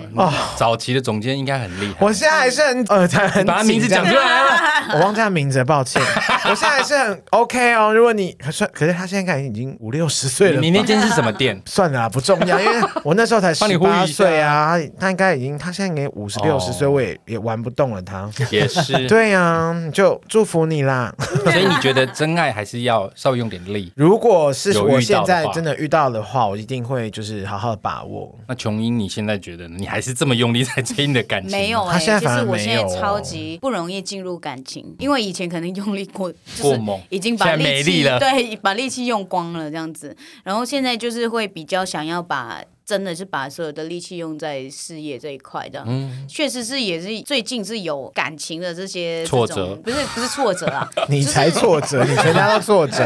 早期的总监应该很厉害。
哦我现在还是很呃，才很
把他名字
紧张
讲出来啊了，
我忘记他名字了，抱歉。我现在还是很 OK 哦。如果你可是可是他现在感觉已经五六十岁了
你你
吧，
那间是什么 店？
算了啦，不重要，因为我那时候才
帮你
十
呼吁一下
八岁啊，他应该已经他现在应该五十六十岁，我也也玩不动了他。
也是。
对呀、就祝福你啦。
所以你觉得真爱还是要稍微用点力？
如果是
有遇到的
我现在
话
真的遇到的话，我一定会就是好好地把握。
那琼英，你现在觉得呢？你还是这么用力在追你的感情？
没有
他
哎、
现在
其
反而
实我
没
现在
有哦
超级不容易进入感情，因为以前可能用力过，就
过
是
猛
已经把
现在没
力气
力了
对，把力气用光了这样子。然后现在就是会比较想要把。真的是把所有的力气用在事业这一块的，
嗯
确实是也是最近是有感情的这些这
挫
种
折
不是不是挫折 啊，
你才挫折，你全家都挫折，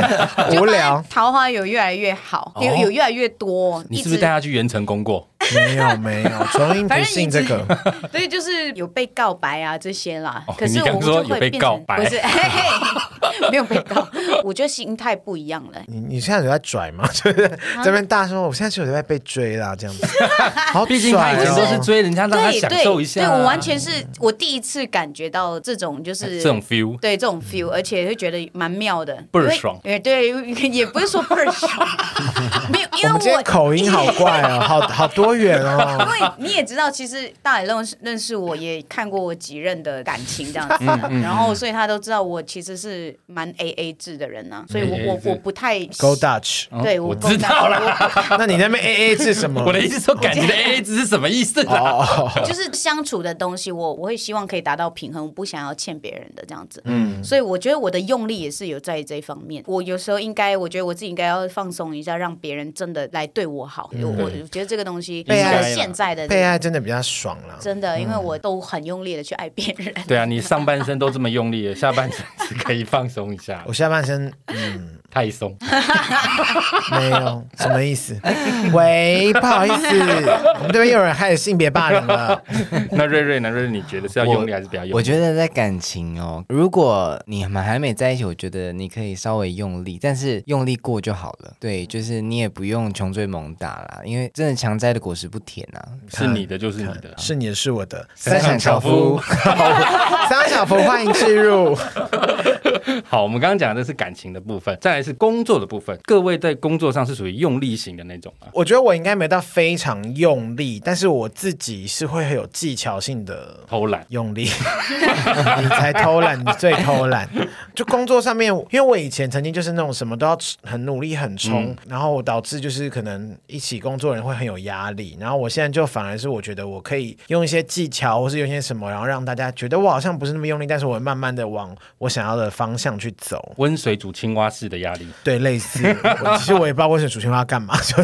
无聊。
桃花有越来越好，有有越来越多，
哦你
一
是不是
直
带他去元成功过？
没有没有，纯音不信这个，
对，就是有被告白啊这些啦。
哦
可是
你刚
我
说
就
有
会
被
变成
告白
不是， 嘿嘿， 没有被告。我觉得心态不一样了。
你你现在有在拽吗？ 就是这边大声说，我现在是有在被追啦，这样子，好拽哦，
毕竟他以前都是追人家，让他
对
享
对
受一下啊。
对我完全是我第一次感觉到这种就是
哎这种 feel
对这种 feel，而且会觉得蛮妙的，
倍儿
因为
爽
也对， 也不是说倍儿爽， 没有，
我
因
们今天
为我
口音好怪哦，好好多元哦
因。为你也知道，其实大野认识认识我，也看过我几任的感情这样子
嗯
啊，然后所以他都知道我其实是蛮 A A 制的人啊呐、所以我
AA
我
制
我不太
Go Dutch，
对
哦
我
我
够
知道啦。
大 我
那你那边 A A 是什么？
我的意思说，感情的 AA 值是什么意思啊？
哦，
就是相处的东西，我我会希望可以达到平衡，我不想要欠别人的这样子。嗯，所以我觉得我的用力也是有在于这一方面。我有时候应该，我觉得我自己应该要放松一下，让别人真的来对我好。我我觉得这个东西
被嗯爱啦嗯
是现在的
被爱真的比较爽啦。
真的，因为我都很用力的去爱别人。
对啊，你上半身都这么用力了，下半身只可以放松一 下
我，下半身嗯
太松。
没有什么意 思。喂，不好意思，我们这边又有人开始性别霸凌 了。
那瑞瑞呢？瑞瑞，你觉得是要用力还是不要用力？
我觉得在感情哦，如果你们还没在一起，我觉得你可以稍微用力，但是用力过就好了。对，就是你也不用穷追猛打啦，因为真的强摘的果实不甜啊。
是你的就是你的啊，
是你的，是我的。
三
上樵
上樵
夫
夫，
三小福欢迎置入。
好，我们刚刚讲的是感情的部分，再来是工作的部分。各位在工作上是属于用力型的那种啊吗？
我觉得我应该没有到非常用力，但是我自己是会很有技巧性的
偷懒，
用力， 你才偷懒，你最偷懒。就工作上面，因为我以前曾经就是那种什么都要很努力、很冲，然后我导致就是可能一起工作的人会很有压力。然后我现在就反而是我觉得我可以用一些技巧，或是用一些什么，然后让大家觉得我好像不是那么用力，但是我慢慢的往我想要的方向去走。
温水煮青蛙式的压力，
对，类似，我其实我也不知道为什么主持人要干嘛， 就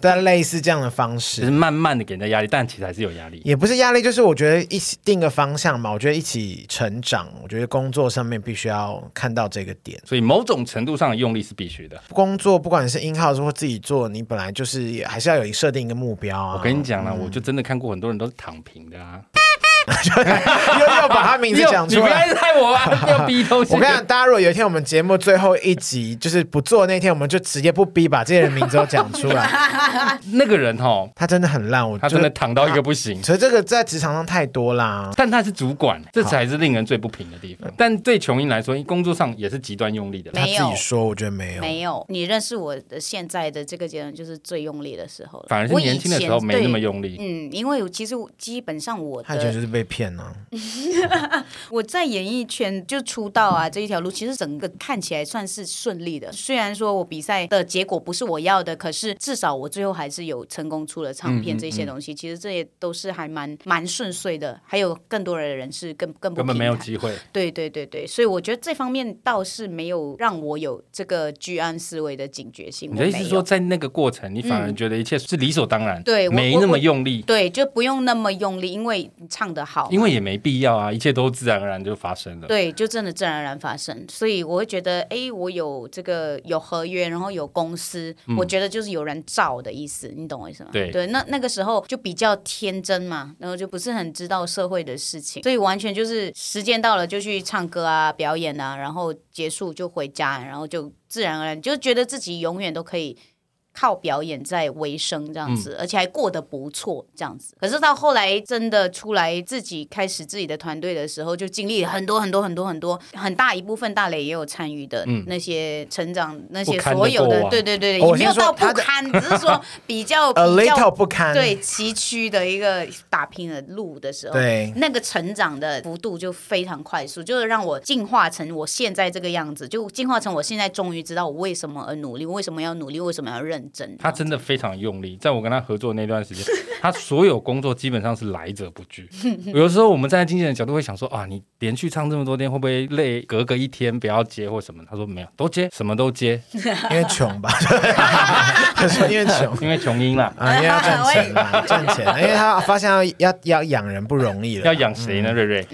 但类似这样的方式，
就是慢慢的给人家压力，但其实还是有压力。
也不是压力，就是我觉得一起定个方向嘛，我觉得一起成长，我觉得工作上面必须要看到这个点。
所以某种程度上的用力是必须的。
工作不管是 in house 或自己做，你本来就是也还是要有一设定一个目标啊。
我跟你讲啦，我就真的看过很多人都是躺平的啊。
又又把他名字讲
你
出
不要
来
一。直害我啊！不要逼东西。
我跟你讲，大家如果有一天我们节目最后一集就是不做那天，我们就直接不逼把这些人名字都讲出来。
那个人哦，
他真的很烂，我
他
觉
真的
得，
躺到一个不行。
所以这个在职场上太多啦。
但他是主管，这才是令人最不平的地方。但对琼英来说，工作上也是极端用力的啦。
他
没有
自己说，我觉得没有。
没有，你认识我的现在的这个阶段，就是最用力的时候了。
反而是
我以
年轻的时
前
候没那么
对
用力。
嗯，因为我其实我基本上我
他以前就
的
是被骗啊了、
我在演艺圈就出道啊这一条路，其实整个看起来算是顺利的。虽然说我比赛的结果不是我要的，可是至少我最后还是有成功出了唱
嗯
片
嗯
这些东西。其实这些都是还蛮蛮顺遂的，还有更多的人是更更不
根本没有
平坦
机会，
对对对对，所以我觉得这方面倒是没有让我有这个居安思危的警觉性。
你的意
我
思
没
是
有
说，在那个过程，你反而觉得一切是理所当然，
对我
没那么用力，
对，就不用那么用力，因为你唱得好嘛，
因为也没必要啊，一切都自然而然就发生了。
对，就真的自然而然发生。所以我会觉得，哎，我有这个有合约，然后有公司，我觉得就是有人罩的意思，你懂我意思吗？
对
那那个时候就比较天真嘛，然后就不是很知道社会的事情，所以完全就是时间到了就去唱歌啊、表演啊，然后结束就回家，然后就自然而然就觉得自己永远都可以靠表演在为生这样子，
嗯
而且还过得不错这样子。可是到后来真的出来自己开始自己的团队的时候，就经历了很多很多很多很多很大一部分大磊也有参与的那些成长、那
嗯
些
不堪的
所有的
过，往
对对对对，
哦
也
我
没
先
有
说
到不
他的
堪， 只是说比较
a
比
little
较
不堪。
对崎岖的一个打拼的路的时候，
对
那个成长的幅度就非常快速，就是让我进化成我现在这个样子，就进化成我现在终于知道我为什么而努力，为什么要努力，为什么要认真。
他真的非常用力，在我跟他合作那段时间，他所有工作基本上是来者不拒。有的时候我们站在经纪人的角度会想说啊，你连续唱这么多天会不会累？隔个一天不要接或什么？他说没有，都接，什么都接，
因为穷吧， 可是因为 穷，
因为琼英啦
哎
啊，因为要赚钱嘛，赚钱，因为他发现要要要养人不容易
要
了，
养谁呢？瑞瑞，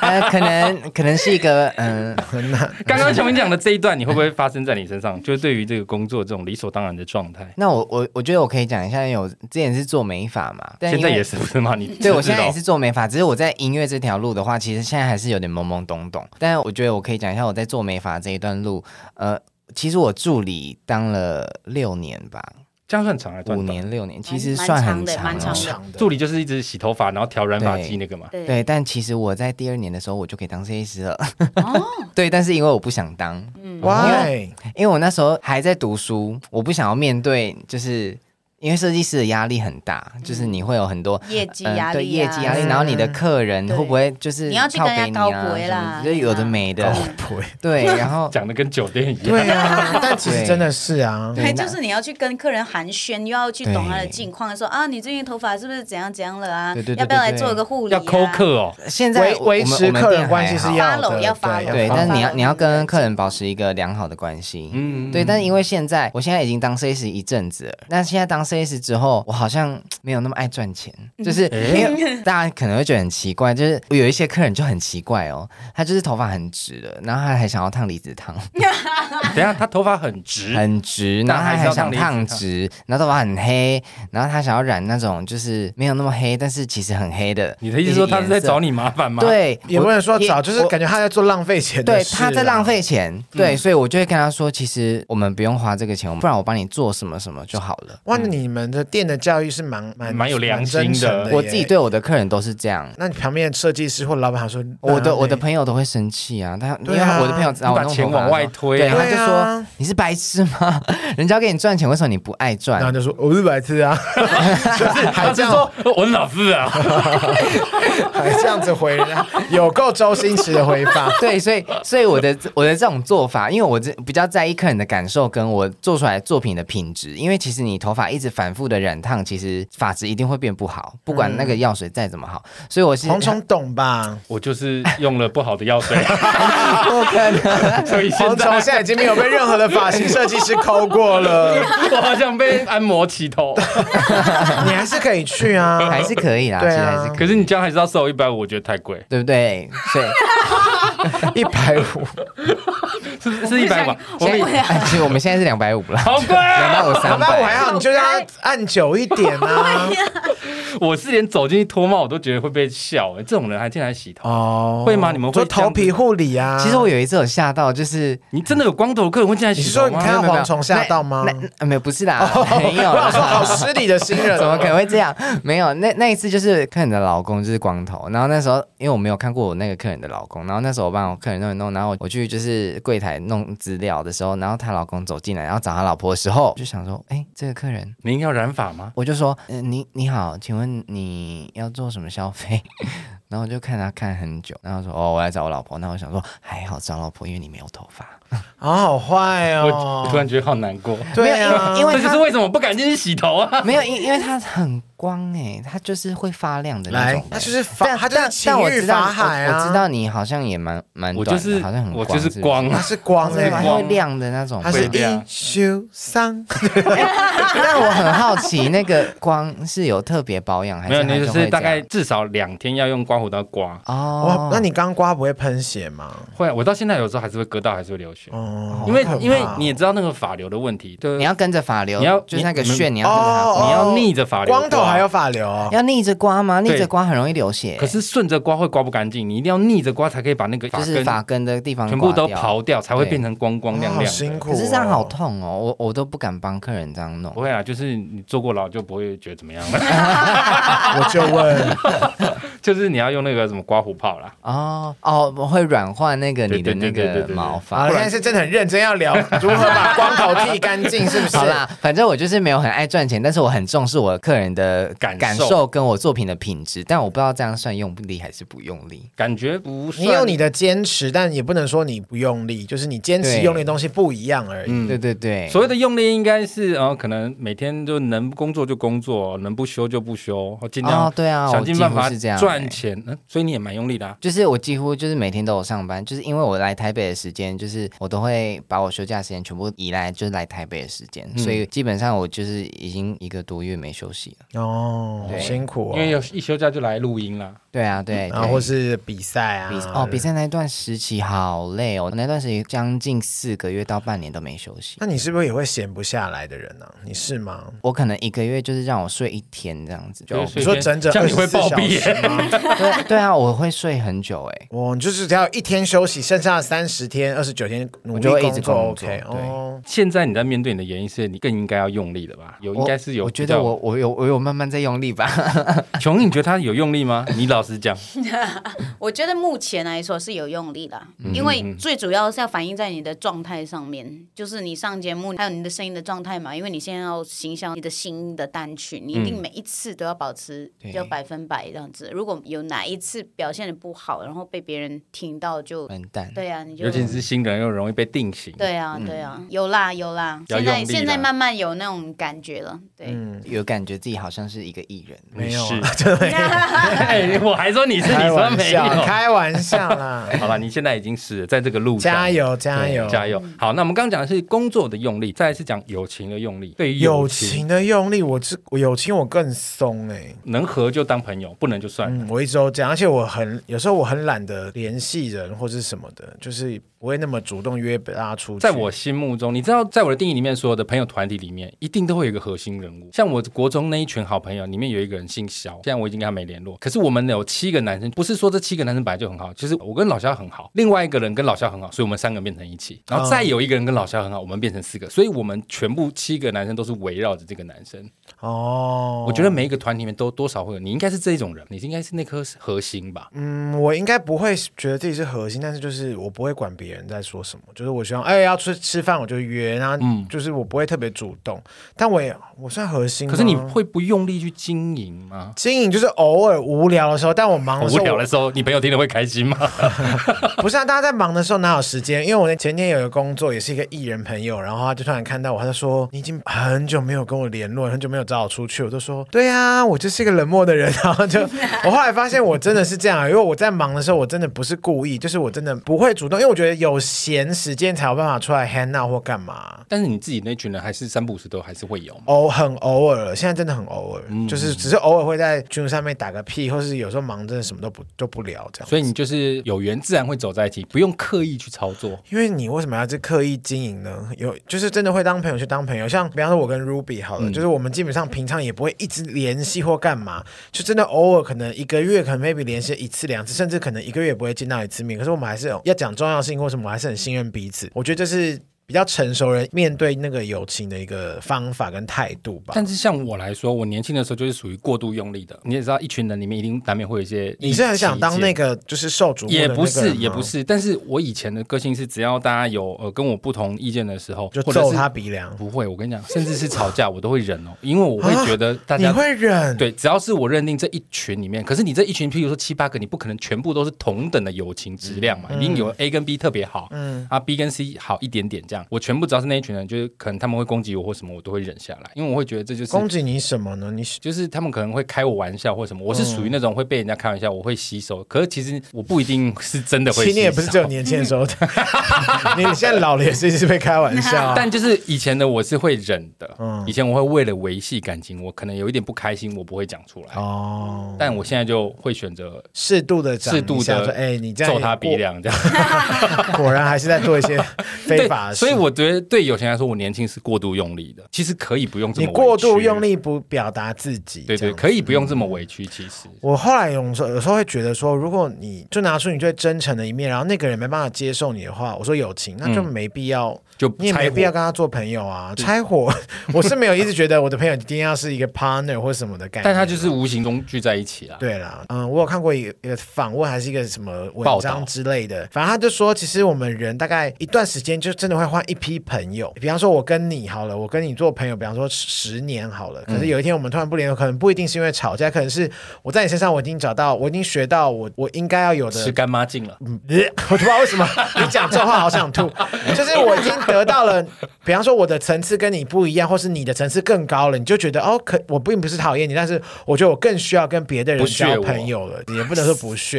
呃，可能可能是一个嗯、
很难。
刚刚琼英讲的这一段，你会不会发生在你身上？就是对于这个工作这种理所当然的状态，
那我我我觉得我可以讲一下，有之前前是做美发嘛，但
现在
因为
也是不是吗？你
对，我
知
现在
道
也是做美发，只是我在音乐这条路的话，其实现在还是有点懵懵懂懂。但我觉得我可以讲一下我在做美发这一段路。呃，其实我助理当了六年吧，
这样算长还是算
五
短？
年六年，其
蛮
实
蛮
算
长
很
的蛮
了
长的
长的
助理就是一直洗头发，然后调染发剂
对
那个嘛。
对
对，但其实我在第二年的时候我就可以当设计师了。
哦，
对，但是因为我不想当，
嗯
Why？
因为我那时候还在读书，我不想要面对，就是因为设计师的压力很大，就是
嗯
你会有很多
业绩
嗯，
压力啊，
对业绩压力，然后你的客人
对
会不会就是
你要去跟人家
靠北你啊
高博啦
什么的就有的没的，
哦，不会，
对，然后
讲的跟酒店一样，
对啊，但其实真的是啊，
对
还就是你要去跟客人寒暄，又要去懂他的近况，说啊，你最近头发是不是怎样怎样了啊？
对对对
要不要来
对
做个护理、啊？
要抠客哦。
现在
维
我
维
我们
持
我们
客
店
人
还
关系是
好
要
follow，
的，
要
对
follow
对，
好
但是你要
follow
你要
你的
跟客人保持一个良好的关系，
嗯，
对，但因为现在我现在已经当 C S 一阵子了，那现在当 C S 之后，我好像没有那么爱赚钱，
嗯
就是因为大家可能会觉得很奇怪，就是有一些客人就很奇怪哦，他就是头发很直的，然后他还想要烫离子烫，
等一下他头发很直，
很直，然
但
后
还
他
是
还
要
想
烫
烫
离子烫
直，然后头发很黑，然后他想要染那种就是没有那么黑，但是其实很黑的。
你的意思说他是在
颜色
找？你麻烦吗？，
对，
也
我
不能说早，就是
我
感觉他在做浪费钱的
对，
事
他在
啊
浪费
嗯
钱，对，所以我就会跟他说，其实我们不用花这个钱，不然我帮你做什么什么就好了。
哇，那你们的店的教育是蛮蛮
蛮有良心的
蛮真诚的耶。
我自己对我的客人都是这样。
那你旁边的设计师或老板他说，
我的
那
我的朋友都会生气啊，他因
啊对
为
啊
我的朋友知道
你
我
把
弄
钱
头发
往
的时
外
候
推
对，然后
对
就
啊
说你是白痴吗？ 人家给你赚钱，为什么你不爱
然后
赚？
就说我是白痴 啊，
就是他是说我老师啊，
还这样子回人家，有够周星驰的回法。
对，所以所以我的我的这种做法，因为我这比较在意客人的感受，跟我做出来作品的品质。因为其实你头发一直反复的染烫，其实发质一定会变不好，不管那个
嗯
药水再怎么好。所以我 是
蝗虫懂吧？
我就是用了不好的药水，
不可 能。
所以
蝗
现
虫
在
现在已经没有被任何的发型设计师抠过了，
我好想被按摩起头。
你还是可以去啊，
还是可以啦，
对啊
其实还是可以，
可是你这样还是要收一百五，我觉得太贵，
对不对？所 以
一百五。
是不是是一百五？啊我
现
们
啊
在、哎其实我们现在是两百五 了，
好贵
两
啊！
百五
好
三
吧，我还
百。
好，你就让他按久一点啊。
我是连走进去脱帽，我都觉得会被笑。这种人还进来洗头，
哦，
会吗你们会
做头皮护理啊？
其实我有一次有吓到，就是
你真的有光头客人会进来
你是
洗
说
头
你
吗？
看到蝗虫吓到吗哦
那？那没有不是啦，啊 没有
我想说好
啦。
失礼的新人，
怎么可能会这样？没有，那那一次就是客人的老公就是光头，然后那时候因为我没有看过我那个客人的老公，然后那时候我帮我客人弄一弄，然后我去就是柜台弄资料的时候，然后她老公走进来，然后找她老婆的时候，就想说，哎、这个客人，
您要染发吗？
我就说，嗯、你你好，请问你要做什么消费？ 然后我就看他看很久，然后说，哦，我来找我老婆。那我想说，还好找老婆，因为你没有头发。
好好坏
我
哦！
突然觉得好难过。
对啊，
因为
这
因为
就是
他
为什么不敢进去洗头啊！
没有，因因为它很光哎、它就是会发亮的那
来
种欸、，
他就是法，
但
他就是
但
情
但我
欲
知道
法海啊，
我，我知道你好像也蛮蛮
我
短的，
就是
好像很
我
光，
就是光
他
啊，
是光
是不是，
哎、
对吧？它会亮的那种。
他是
不 一样
一休三，
但我很好奇，那个光是有特别保养还
没
是
有，
它
你就
会
是大
这样
概至少两天要用刮胡刀刮。
哦
哇，，那你刚刮不会喷血吗？
会啊，我到现在有时候还是会割到，还是会流血，
哦，
因为
好可怕哦
因为你也知道那个发流的问题，对
你，要跟着发流，
你要
就是那个
你你
旋，你要跟着它刮
哦
你要逆着发流刮，
光头还有发 流哦，
要逆着刮吗？逆
对
着刮很容易流血，
可是顺着刮会刮不干净，你一定要逆着刮才可以把那个
就
发
是
根
发根的地方
全部都
刮掉。
刨掉，才会
对
变成光光亮
好
亮
辛
的。
苦、哦，
可是这样好痛哦，我我都不敢帮客人这样弄
不。会啊，就是你坐过牢就不会觉得怎么样了，
我就问，
就是你要用那个什么刮胡泡啦。
哦哦，我会软化那个
对
你的
对
那
对对对
个
对
毛发。
好了，现在是真的很认真要聊如何把光头剃干净，是不是？
好啦，反正我就是没有很爱赚钱，但是我很重视我客人的
感受
感受跟我作品的品质，但我不知道这样算用力还是不用力。
感觉不算
你有你的坚持，但也不能说你不用力，就是你坚持
对
用力的东西不一样而已。
嗯
对对对，
所谓的用力应该是呃，可能每天就能工作就工作，能不休就不休，尽量
哦，对啊，
想
我
尽
几
办
乎
法
是这样
赚
欸。
钱。嗯，所以你也蛮用力的啊。
就是我几乎就是每天都有上班，就是因为我来台北的时间，就是我都会把我休假时间全部移来就是来台北的时间，
嗯
所以基本上我就是已经一个多月没休息了。
哦，好
对
辛苦
嗯因为
哦。
有一休假就来录音啦，
对啊，对，
然后嗯
对
或是比赛啊
比，哦比。赛那一段时期好累哦，那段时期将近四个月到半年都没休息。
那你是不是也会闲不下来的人呢、你是吗？
我可能一个月就是让我睡一天这样子，就
就是
你说整整
这样你会
24
暴
小
毙
时
耶
吗？
对对啊，我会睡很久哎、
我哦就是只要一天休息，剩下的三十天、二十九天努力
我就会一
工
直
作
工作
OK 哦。
现在你在面对你的演艺事业，你更应该要用力了吧？有应该是有
我，我觉
比较
得我我有我有慢慢在用力吧。
琼，你觉得他有用力吗？你老实讲，
我觉得目前来说是有用力的，
嗯
因为最主要是要反映在你的状态上面，就是你上节目还有你的声音的状态嘛。因为你现在要行销你的新的单曲，你一
嗯
定每一次都要保持
对
就百分百这样子。如果有哪一次表现的不好，然后被别人听到就，
哎
笨蛋，
对啊，你就
尤其是新人又容易被定 型。
对啊对啊，有啦有啦，
嗯要
现在
用力
现在
啦
慢慢有那种感觉了，对。
嗯
有感觉自己好像是一个艺人。
没有啊
没有啊， 真的没有。
哎，我还说你是你
开
说
玩
没
笑，
有。
开玩笑啦！
好了，你现在已经是了在这个路上，
加油，加
对
油，
加油！好，那我们刚刚讲的是工作的用力，再来是讲友情的用力。对于
友
情，
情的用力，我是我友情我更松哎、
能合就当朋友，不能就算了。
嗯，我一直都这样，而且我很有时候我很懒得联系人或是什么的，就是不会那么主动约大家出去。
在我心目中，你知道，在我的定义里面，所有的朋友团体里面，一定都会有一个核心
嗯
人物。像我国中那一群好朋友里面有一个人姓肖，现在我已经跟他没联络。可是我们有七个男生，不是说这七个男生本来就很好，就是我跟老肖很好，另外一个人跟老肖很好，所以我们三个变成一起。
啊
然后再有一个人跟老肖很好，我们变成四个，所以我们全部七个男生都是围绕着这个男生。
哦，
我觉得每一个团里面都多少会有，你应该是这种人，你应该是那颗核心吧。
嗯，我应该不会觉得自己是核心，但是就是我不会管别人在说什么，就是我希望哎、要吃吃饭我就约，然后
嗯
就是我不会特别主动，但我也我算核心吗，
可是你会不用力去经营吗？
经营就是偶尔无聊的时候，但我忙的
哦
时
无
候
聊
我
的时候，你朋友听了会开心吗？
不是啊，大家在忙的时候哪有时间？因为我前天有一个工作，也是一个艺人朋友，然后他就突然看到我，他就说：“你已经很久没有跟我联络，很久没有找我出去。”我就说：“对啊，我就是一个冷漠的人。”然后就我后来发现我真的是这样，因为我在忙的时候，我真的不是故意，就是我真的不会主动，因为我觉得有闲时间才有办法出来 hang out 或干嘛。
但是你自己那群人还是三不五时都还是会有嘛。
偶很偶尔，现在真的很偶尔，就是只是偶尔会在群组上面打个屁，或是有时候忙真的什么都不都不聊这样。
所以你就是有缘自然会走在一起，不用刻意去操作。
因为你为什么要去刻意经营呢？有就是真的会当朋友去当朋友，像比方说我跟 Ruby 好了，
嗯
就是我们基本上平常也不会一直联系或干嘛，就真的偶尔可能一个月可能 maybe 联系一次两次，甚至可能一个月也不会见到一次面，可是我们还是有要讲重要的事情或什么，我还是很信任彼此。我觉得这是。比较成熟人面对那个友情的一个方法跟态度吧。
但是像我来说，我年轻的时候就是属于过度用力的。你也知道，一群人里面一定难免会有一些
你是很想当那
个。
个就是受瞩目的
也
那个
不
人
是，
吗
也不，是，但是我以前的个性是，只要大家有呃跟我不同意见的时候，
就
或者
揍
是
他鼻梁。
不会。我跟你讲，甚至是吵架，我都会忍哦，因为我会
啊
觉得大
你
家
会忍？
对，只要是我认定这一群里面，可是你这一群，譬如说七八个，你不可能全部都是同等的友情质量嘛，
嗯
一定有 A 跟 B 特别好，嗯，啊 B 跟 C 好一点点这样。我全部只要是那一群人，就是可能他们会攻击我或什么，我都会忍下来，因为我会觉得这就是。
攻击你什么呢？你
就是他们可能会开我玩笑或什么，我是属于
嗯
那种会被人家开玩笑，我会吸收。可是其实我不一定 是真的会吸
其
收。
实你也不是只有年轻的 时候，你现在老了也是一直被开玩笑、 啊。
但就是以前的我是会忍的，
嗯
以前我会为了维系感情，我可能有一点不开心，我不会讲出来。
哦，
但我现在就会选择
适度的
适度的
说，哎、你这样
揍他鼻，梁这样。
果 果然还是在做 一些非法的
对，
事。
所以我觉得对有钱人来说，我年轻是过度用力的，其实可以不用这
你
么
过度用
力，
力不表达自己，
对
这
对，
样嗯
可以不用这么委屈。其实
我后来有时候有时候会觉得说，如果你就拿出你最真诚的一面，然后那个人没办法接受你的话，我说友情，那就没必要，
就
你也
嗯拆
没
伙
必要跟他做朋友啊。拆伙， 我是没有一直觉得我的朋友一定要是一个 partner 或什么的概念，
但他就是无形中聚在一起啦。
对啦，嗯，我有看过一个一个访问，还是一个什么文
报
章
道
之类的，反正他就说，其实我们人大概一段时间就真的会换一批朋友。比方说，我跟你好了，我跟你做朋友，比方说十年好了，
嗯
可是有一天我们突然不联络，可能不一定是因为吵架，可能是我在你身上我已经找到，我已经学到我我应该要有
吃
的。
干妈净了，
呃 我不知道为什么你讲这话好想 吐，就是我已经得到了，比方说我的层次跟你不一样，或是你的层次更高了，你就觉得哦，可我并不是讨厌你，但是我觉得我更需要跟别的人
不屑
交
我
朋友了，也不能说 不屑，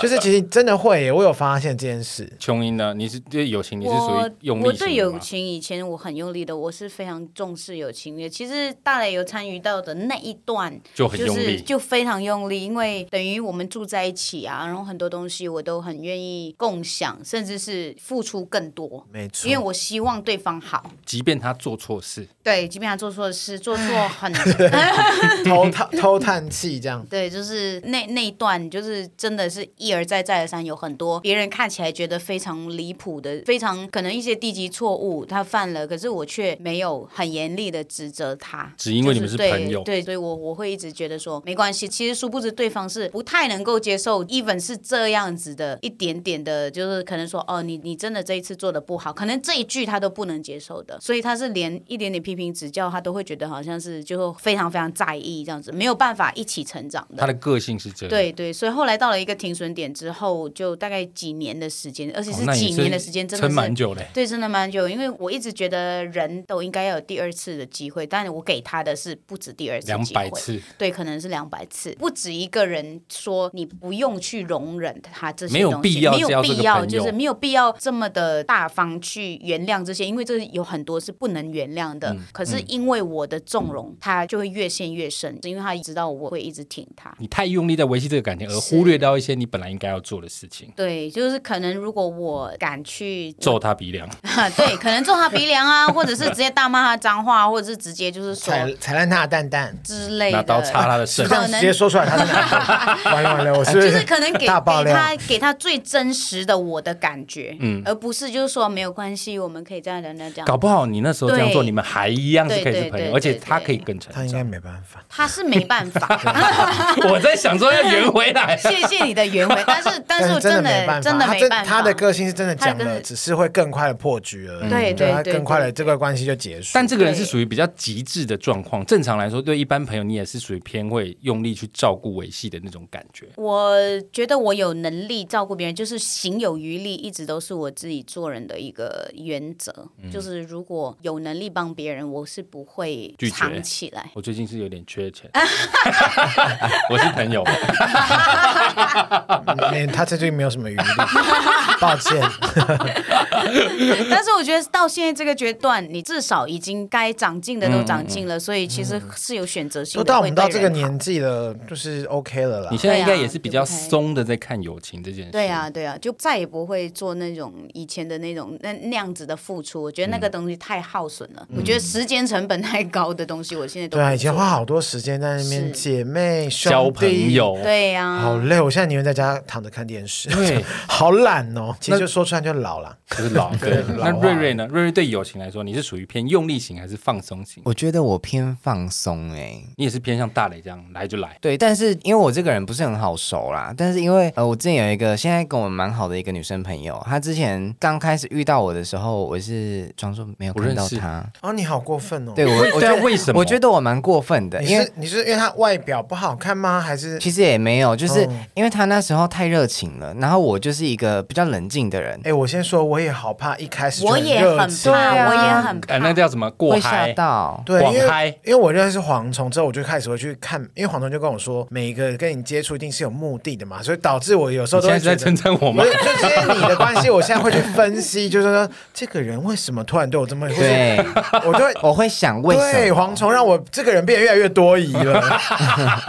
就是其实真的会耶，我有发现这件事。
琼英呢？你是对友情，你是属
我
于用力
我我对
形容
友
吗
情以前我很用力的，我是非常重视友情的。其实大磊有参与到的那一段，
就很用
就是
力，
就非常用力，因为等于我们住在一起啊，然后很多东西我都很愿意共享，甚至是付出更多，
没错，
因为我希望对方好。
即便他做错事，
对，即便他做错事，做错 很，。
偷叹偷叹气
嗯
这样
对，就是那那一段，就是真的是一而再再而三，有很多别人看起来觉得非常离谱的，非常可能一些低级错误他犯了，可是我却没有很严厉的指责他，
只因为你们是
就对
朋友
对，所以我我会一直觉得说没关系。其实殊不知对方是不太能够接受，even 是这样子的一点点的，就是可能说哦，你你真的这一次做的不好，可能这一句他都不能接受的，所以他是连一点点批评指教，他都会觉得好像是就非常非常在意这样子，没有办法一起成长的
他。的个性是这样。哦
对对，所以后来到了一个停损点之后，就大概几年的时间，而且
哦，
是
那也
几年的时间，真的
撑蛮
是。
久嘞。
对，真的蛮久，因为我一直觉得人都应该要有第二次的机会，但我给他的是不止第二次机
两
会，
百次，
对，可能是两百次，不止一个人说你不用去容忍他这些
没有
东
必
西
要
没有
交这
必
个
要，
朋
就是
友
没有必要这么的大方去原谅这些，因为这有很多是不能原谅的。
嗯
可是因为我的纵容，他就会越陷越深，因为他知道我会一直挺他。
你太用力在维系这个感情，而
是
忽略掉一些你本来应该要做的事情，
对，就是可能如果我敢去
揍他鼻梁。
对，可能揍他鼻梁啊，或者是直接大骂他脏话，或者是直接就是说
踩踩烂他的蛋蛋，
之类的，
拿刀插 他的
就
肾
这，样
可能
直接说出来 他是哪个？完了完了，我是不
就是可能 给
大爆
给
料？
他给他最真实的我的感觉，而不是就是说没有关系，我们可以这样这样这样。
嗯搞不好你那时候这样做，
对
你们还一样是可以
对
是
对
朋
对
友，
对
而且他可以更成
他应该
长。
没办法。
他是没办 法， ，
我在想说要圆回来
谢谢你的原委，但是但是我
真
真
没
的
办
真
法，
的
他
没办法，
他的个性是真的讲
他的个
了，
性
只是会更快的破局而已。
对对
就他
对
更快的
对
这个关系就结束。
但这个人是
对
属于比较极致的状况。正常来说，对一般朋友，你也是属于偏会用力去照顾维系的那种感觉。
我觉得我有能力照顾别人，就是行有余力，一直都是我自己做人的一个原则。
嗯
就是如果有能力帮别人，我是不会
拒绝
藏起来。
我最近是有点缺钱，我是朋友，
嗯没他这最近没有什么 余力， 抱歉。
但是我觉得到现在这个阶段，你至少已经该长进的都长
嗯
进了，所以其实是有选择性
都
的。
到我们到
会
这
对
个
人好
年纪了，就是 OK 了啦
你。现在应该
对啊
也是比较
对不对
松的在看友情这件事。
对啊，对啊，就再也不会做那种以前的那种那那样子的付出。我觉得那个
嗯
东西太耗损了，我觉得时间成本太高的东西，我现在都
对啊，
不
以前
做
花好多时间在那边
是
姐妹兄弟
交朋，友，
对呀、
好累。我现在宁愿在家躺着看电视，
对，
好懒哦。其实
那
就说出来就老了。
就是老。对，
老
那
化
瑞瑞呢？瑞瑞对友情来说，你是属于偏用力型还是放松型？
我觉得我偏放松哎、
你也是偏向大磊这样来就来，
对，但是因为我这个人不是很好熟啦，但是因为呃，我之前有一个现在跟我蛮好的一个女生朋友，她之前刚开始遇到我的时候，我是装作没有
不
看
认
到
识
她。
哦，你好过分哦。
对我，
对
我觉
啊
得
为什么
我觉得我蛮过分的，
你
因为
是你是因为他外表不好看吗？还是
其实也没有，就是
嗯
因为她那时候太热情了，然后我就是一个比较冷静的人，
哎，我先说，我也好怕一开始就
我也
热
很
情
怕，
啊
我也很怕。
呃，那叫什么过
会吓
嗨？
到。
对，
广
因
嗨
为因为我认识蝗虫之后，我就开始会去看，因为蝗虫就跟我说，每一个跟你接触一定是有目的的嘛，所以导致我有时
你
候都
现在是在
会觉得
称。赞我吗
不？是，就是因为你的关系，我现在会去分析，就是说这个人为什么突然对我这么，或是
对，
我就会
我会想为什
对
么？
蝗虫让我这个人变得越来越多疑 了。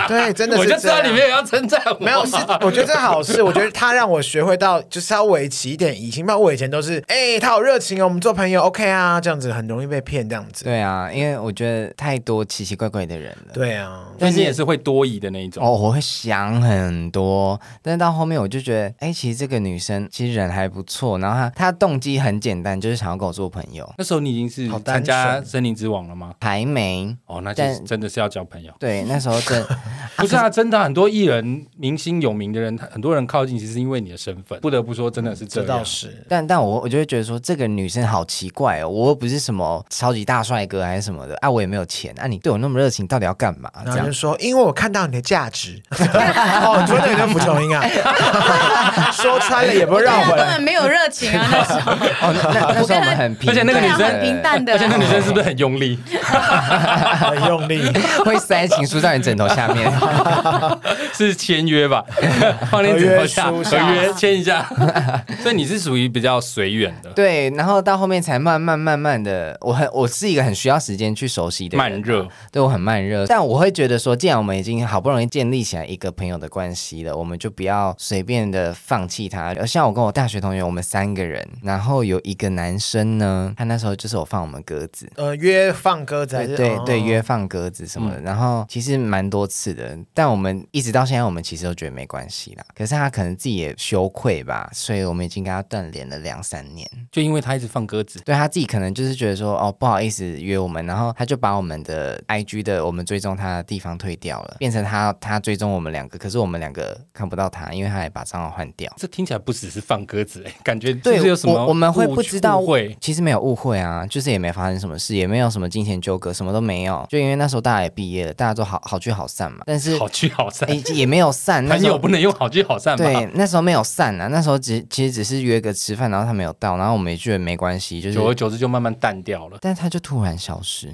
对，真的
我
是
就知
这
道
样。
你没有要称赞我，
没有是， 我觉得这好事，我觉得他让我学会到就是稍微起一点疑心，不然我以前都是哎、他好热情哦，我们做朋友 OK 啊，这样子很容易被骗这样子。
对啊，因为我觉得太多奇奇怪怪的人了。
对啊，
但是你也是会多疑的那一种。
哦，我会想很多，但是到后面我就觉得，哎，其实这个女生其实人还不错，然后她她动机很简单，就是想要跟我做朋友，
那时候你已经是
好单
参加
纯
森林之王了吗？
还没。
哦，那就是
但
真的是要交朋 友。
对，那时候真
不是啊，真的啊、很多艺人、明星、有名的人，他很多人靠近，其实是因为你的身份。不得不说，真的
嗯
是
这
这
倒
样。
是。
但但我我就会觉得说，这个女生好奇怪哦，我又不是什么超级大帅哥还是什么的啊，我也没有钱啊，你对我那么热情，到底要干嘛？
然
啊这
后
样
就说，因为我看到你的价 值。哦，说的有点浮琼 音啊，说穿了也不
我对
绕
他
回
根
来。
本没有热情啊，那时候。
哦，那那那时候我们很平
而且
淡，
那个女生
对啊很平淡的
而且那女生是不是很用力？
很用力，
会塞情书在你枕头下 面。啊
是签约 吧？放你枕头下，
合约书
合
上
约签一下。所以你是属于比较随缘的。
对，然后到后面才慢慢慢慢的，我很我是一个很需要时间去熟悉的人
慢热，
对我很慢热，但我会觉得说，既然我们已经好不容易建立起来一个朋友的关系了，我们就不要随便的放弃他。而像我跟我大学同学，我们三个人，然后有一个男生呢，他那时候就是我放我们鸽子，
呃，约放鸽子还
对
是
对对，
哦
约放鸽子什么的，然后其实蛮多次的，但我们一直到现在，我们其实都觉得没关系啦。可是他可能自己也羞愧吧，所以我们已经跟他断联了两三年。
就因为他一直放鸽子，
对他自己可能就是觉得说，哦，不好意思约我们，然后他就把我们的 IG 的我们追踪他的地方退掉了，变成他他追踪我们两个，可是我们两个看不到他，因为他也把账号换掉。
这听起来不只是放鸽子、哎，感觉是不
对
是有什么
我我们会不知道
误会，
其实没有误会啊，就是也没发生什么事，也没有什么金钱纠葛，什么都没有。就因为那时候大家也毕业了，大家都好好聚好散嘛，但是
好聚好散，
诶也没 有散，那
朋
时
友
候
不能用好聚好散吧？
对，那时候没有散啊，那时候只其实只是约个吃饭，然后他没有到，然后我们也觉得没关系，就是
久而久之就慢慢淡掉了。
但他就突然消失，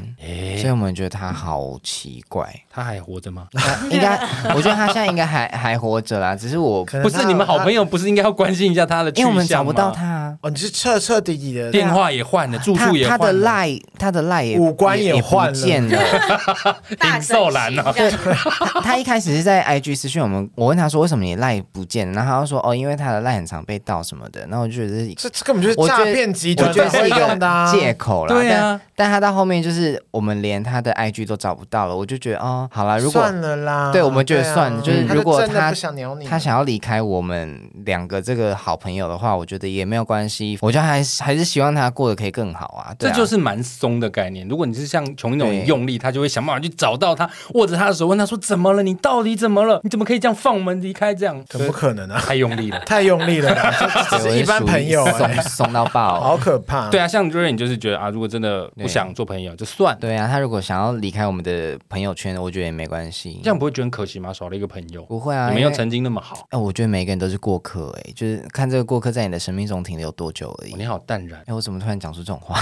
所以我们觉得他好奇 怪。
他还活着吗？
他应该，我觉得他现在应该还还活着啦，只是我，
可 能
不是
他
你们好朋友，不是应该要关心一下他的去
呃因为我们找
向
不到
吗，
他啊，
哦，你是彻彻底底的，
电话也换了，住
他
宿也
他
换
的
了，
赖，他的赖也
五官也
也
换
不
了
见了。
大
林寿兰啊
啊，这样
他他一开始是在 IG 私讯我们，我问他说为什么你赖不见了，然后他就说哦，因为他的赖很常被盗什么的，然后我就觉得是
这这根本就是
我觉
诈
得
骗集
我
团
觉得
才
是
会
一
用的啊
个借口啦。
对啊
但，但他到后面就是我们连他的 IG 都找不到了，我就觉得哦，好啦，如果
算了啦，
对我们觉得算
对
了
啊
就是
他
如果
真的
他
不想鸟你，
他想要离开我们两个这个好朋友的话，我觉得也没有关系，我觉得还是还是希望他过得可以更好啊。对
这
啊
就是蛮松的概念。如果你是像琼那种
对
很用力，他就会想办法去找到他，握着他的手问他说：“怎么了？你到底怎么了？你怎么可以这样放我们离开？”这样
怎么可能啊？
太用力了。
太用力了 啦，这
对
只是一般朋友
啊
我是属于
哎，
松松到爆。
好可怕。
对啊，像 Rain 就是觉得啊，如果真的不想做朋友就算了，
对啊，他如果想要离开我们的朋友圈，我觉得也没关系。
这样不会觉得很可惜吗？少了一个朋友，
不会啊，
你们
因
又
为
曾经那么好，
哎、我觉得每个人都是过客、哎，就是看这个过客在你的生命中停留多久而已。
哦
哎、
你好淡然，
我怎么突然讲出这种话？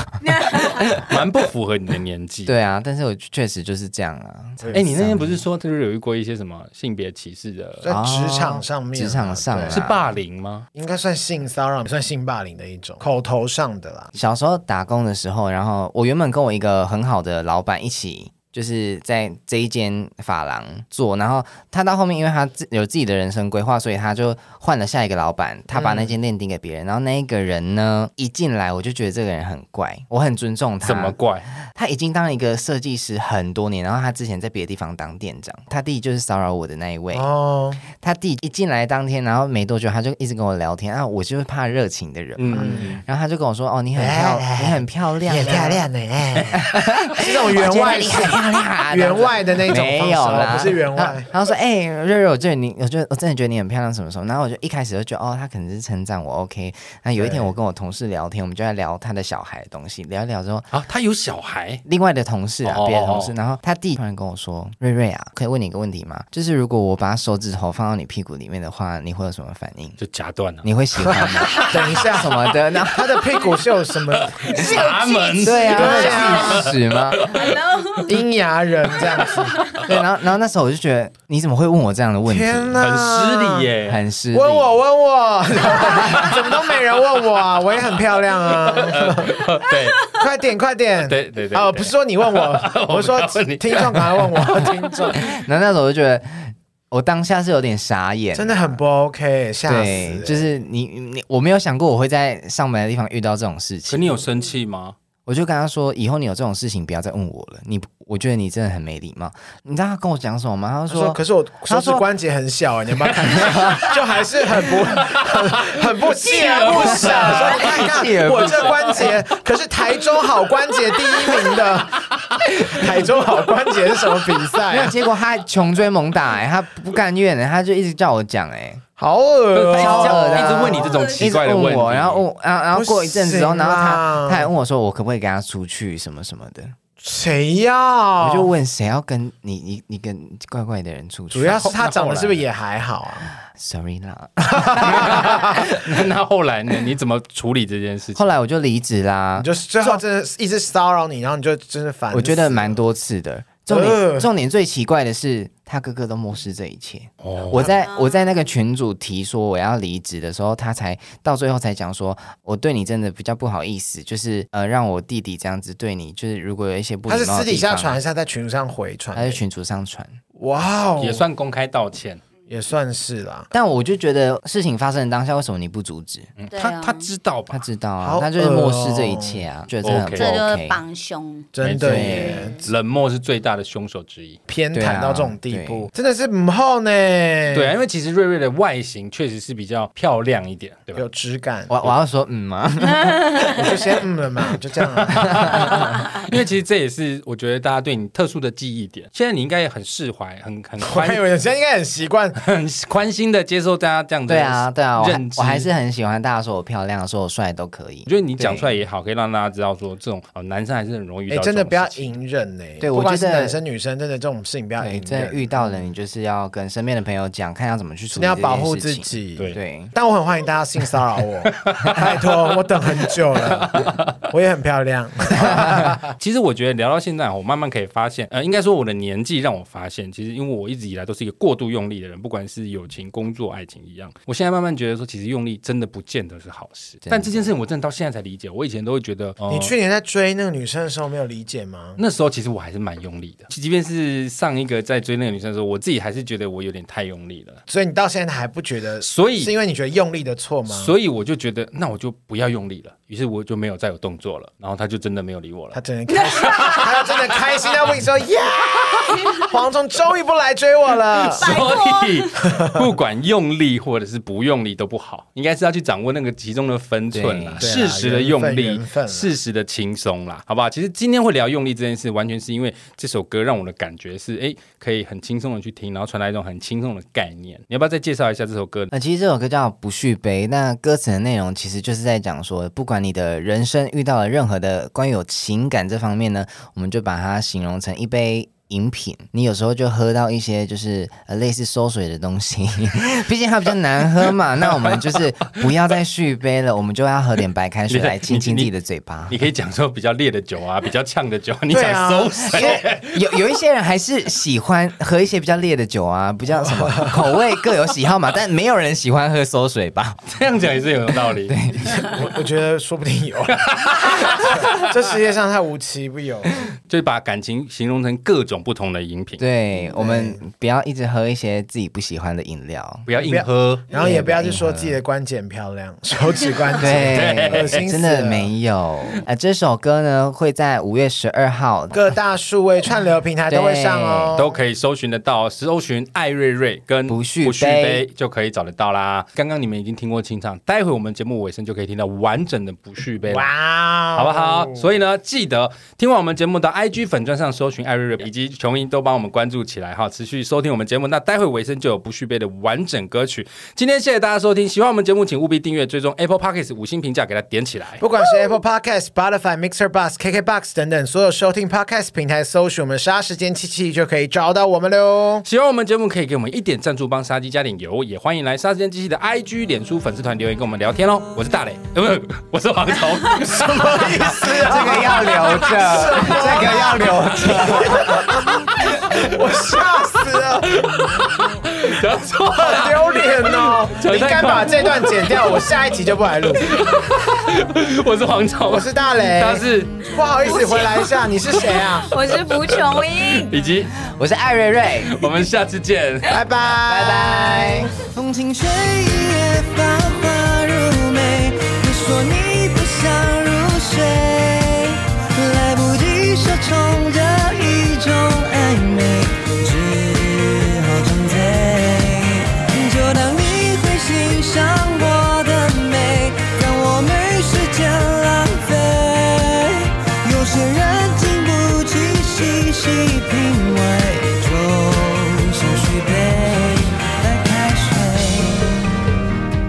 蛮不符合你的年纪。
对啊，但是我确实就是这样啊。
对
哎，你那天不是说就是有遇过一些什么性别歧视的，
在职场上面啊，
职场上
对
啊
是霸凌吗？
应该算性骚扰，算性霸凌的一种，口头上的啦。
小时候打工的时候，然后我原本跟我一个很好的老板一起。就是在这一间发廊做，然后他到后面，因为他自有自己的人生规划，所以他就换了下一个老板，他把那间店订给别人，然后那一个人呢，一进来我就觉得这个人很怪，我很尊重他，
啊
怎么怪？
他已经当一个设计师很多年，然后他之前在别的地方当店长，他弟就是骚扰我的那一位。
哦，
他弟一进来当天，然后没多久他就一直跟我聊天啊，我就是怕热情的人嘛。
嗯，
然后他就跟我说：“哦，你很漂，
哎
你很漂亮，啊
也漂，亮呢， 哎是那种员外
你很漂亮啊。”
员外的那种
没
方式
有
哦，
啦，
不是员
然
外
后。然后说：“哎、瑞瑞，我觉得你，我觉得我真的觉得你很漂亮，什么什么。”然后我就一开始就觉得，哦，他可能是称赞我，OK。那有一天
对
我跟我同事聊天，我们就在聊他的小孩的东西，聊一聊之后，
啊，他有小孩，
另外的同事啊
哦，
别的同事，然后他弟突然跟我说：“瑞瑞啊，可以问你一个问题吗？就是如果我把手指头放到你屁股里面的话，你会有什么反应？
就夹断了，
你会喜欢吗？
等一下，
什么的？那
他的屁股是有什么
闸门。
对
对
啊，
啊
会有锯齿吗？
阴牙人这样 子？
对，然后然后那时候我就觉得，你怎么会问我这样的问题？
天
很
哪，
失礼耶，
很失礼。
问我问我， 怎么都没人问我啊？我也很漂 亮啊！
对
快点快点！
对对对，
哦，
对
不是说你问我，我说
我不要问你
听众赶快问 我，听众
然后那时候我就觉得，我当下是有点傻眼，
真的很不 OK，吓死，！
对
欸
就是你你我没有想过我会在上班的地方遇到这种事情
可。你有生气吗？
我就跟他说，以后你有这种事情不要再问我了。你，我觉得你真的很没礼貌。你知道他跟我讲什么吗？他
他
说
说：“可是我手
他
指
说
关节很小，你要不要看 一下？就还是很不 很很不锲而不舍，说你看
锲而
看
不舍
我这关节可是台中好关节第一名 的，台中好关节是什么比赛
没有，
啊？
结果他穷追猛打、哎，他不甘愿、哎，他就一直叫我讲、哎，
好恶
他
超恶的
哦！
啊
一直问你这种奇
一直
怪的
问
问题，
我，然后问我，然后然后过一阵子之后，
不行啊
然
啦
后他他还问我说，我可不可以跟他出去什么什么的。
谁呀？
我就问谁要跟你你你跟怪怪的人出去？
主要是他长得是不是也还好啊？
sorry 啦。
那那后来呢？你怎么处理这件事情？
后来我就离职啦
你。就是最后真的是一直骚扰你，然后你就真的烦死了。
我觉得蛮多次的。重
呃
点重点最奇怪的是，他哥哥都漠视这一切。
哦
我在我在那个群主提说我要离职的时候，他才到最后才讲说，我对你真的比较不好意思，就是呃让我弟弟这样子对你，就是如果有一些不礼
他
貌的
是
地方，
私底下传，还是他在群组上回传
啊他？在群主上传。
哇哦，
也算公开道歉。
也算是啦。
但我就觉得事情发生的当下，为什么你不阻止？
嗯，
对
他
啊
他知道
他
吧？
知道
好哦
啊，他就是漠视这一切啊，觉得这很不
OK
这就是
OK。
帮凶。
真的耶，
冷漠是最大的凶手之一。
偏
对
袒
啊
到这种地步，真的是母后呢。对
对啊，因为其实瑞瑞的外形确实是比较漂亮一点，对吧
有？质感，
我我要说嗯吗？
我就先嗯了 嘛，就这样啊。
因为其实这也是我觉得大家对你特殊的记忆点。现在你应该也很释怀，很很
我还以
宽
为你现在应该很习惯，
很宽心的接受大家这样的
对啊，对啊，我还
认知
我还是很喜欢大家说我漂亮，说我帅都可以
我。觉得你讲出来也好，可以让大家知道说，这种呃男生还是很容易遇到
哎，
这种
真的不要
事情
隐忍呢。
对
不
我
管
觉
是
得
男生女生，真的这种事情不要
对，
隐
真的
忍，
遇到了你就是要跟身边的朋友讲，看要怎么去处
真的
理这
要
件
保护
事
自
情。
己。
对
对，
但我很欢迎大家性骚扰 我，拜托，我等很久了，我也很漂亮。
其实我觉得聊到现在，我慢慢可以发现，呃，应该说我的年纪让我发现，其实因为我一直以来都是一个过度用力的人，不管是友情、工作、爱情一样。我现在慢慢觉得说，其实用力真的不见得是好事。
的
但这件事情我真的到现在才理解，我以前都会觉得，呃
你去年在追那个女生的时候，没有理解吗？
那时候其实我还是蛮用力的，即便是上一个在追那个女生的时候，我自己还是觉得我有点太用力了，
所以你到现在还不觉得，
所
是
以
因为你觉得用力的错吗？
所以我就觉得那我就不要用力了，于是我就没有再有动作了，然后他就真的没有理我了
他。真的开心， 他真的开心到不行，说耶！黄总终于不来追我 了。
所以 不管用力或者是不用力都不好，应该是要去掌握那个其中的分寸啦，
对对
适
啊
时的用力
缘分缘分啦，
适时的轻松啦，好不好？其实今天会聊用力这件事，完全是因为这首歌让我的感觉是，哎，可以很轻松的去听，然后传达一种很轻松的概念。你要不要再介绍一下这首歌呢？
那其实这首歌叫《不续杯》，那歌词的内容其实就是在讲说，不管你的人生遇到了任何的关于有情感这方面呢，我们就把它形容成一杯。饮品，你有时候就喝到一些就是呃类似馊水的东西， 毕竟它比较难喝嘛。那我们就是不要再续杯了，我们就要喝点白开水来清清自己的嘴巴。
你可以讲说比较烈的酒啊，比较呛的酒 啊，你
对
想
啊
收拾？
因为有有一些人还是喜欢喝一些比较烈的酒啊，比较什么口味各有喜好嘛，但没有人喜欢喝馊水吧？
这样讲也是有道理。
我我觉得说不定有， 这世界上太无奇不有。
就是把感情形容成各种不同的饮品，
对，我们不要一直喝一些自己不喜欢的 饮料。
不要硬喝。
然后也不要去说自己的关节很漂亮，手指 关节，恶
对，
心死
真
了
的没有。呃，这首歌呢会在五月十二号。
各大数位串流平台都会上哦，
都可以搜寻得到，搜寻艾瑞瑞跟
不续杯
杯就可以找得到啦。刚刚你们已经听过清唱，待会我们节目尾声就可以听到完整的不续杯啦。
哇哦，
好不好？所以呢，记得听完我们节目到 IG 粉专上搜寻艾瑞瑞以及琼英，都帮我们关注起来哈，持续收听我们节目。那待会尾声就有不续杯的完整歌曲。今天谢谢大家收听，喜欢我们节目请务必订阅、追踪 Apple Podcast 五星评价，给它点起来。
不管是 Apple Podcast、Spotify、Mixer、Bus、KKBox 等等所有收听 Podcast 平台，搜寻我们“杀时间七七”就可以找到我们哦喽。
喜欢我们节目，可以给我们一点赞助，帮杀鸡加点油，也欢迎来杀时间机器的 IG、脸书粉丝团留言跟我们聊天哦。我是 大磊，呃，不是，我是黄虫，什么意思？
这个要留着，这个要留着。
我笑死了，
讲错了，
好丢脸哦！
讲
你
得太快
该把这段剪掉，我下一集就不来录。
我是黄虫，
我是大雷，
他是
不好意思，回来一下，你是谁啊？
我是蒲琼英。
以及，
我是艾瑞瑞，
我们下次见。
拜拜，拜
拜拜。。风轻吹，夜繁花如美。你说你不想入睡，来不及消冲着一种暧昧，只好装醉。就当你会欣赏我的美，让我没时间浪费。有些人经不起细细品味，就像续杯白开水。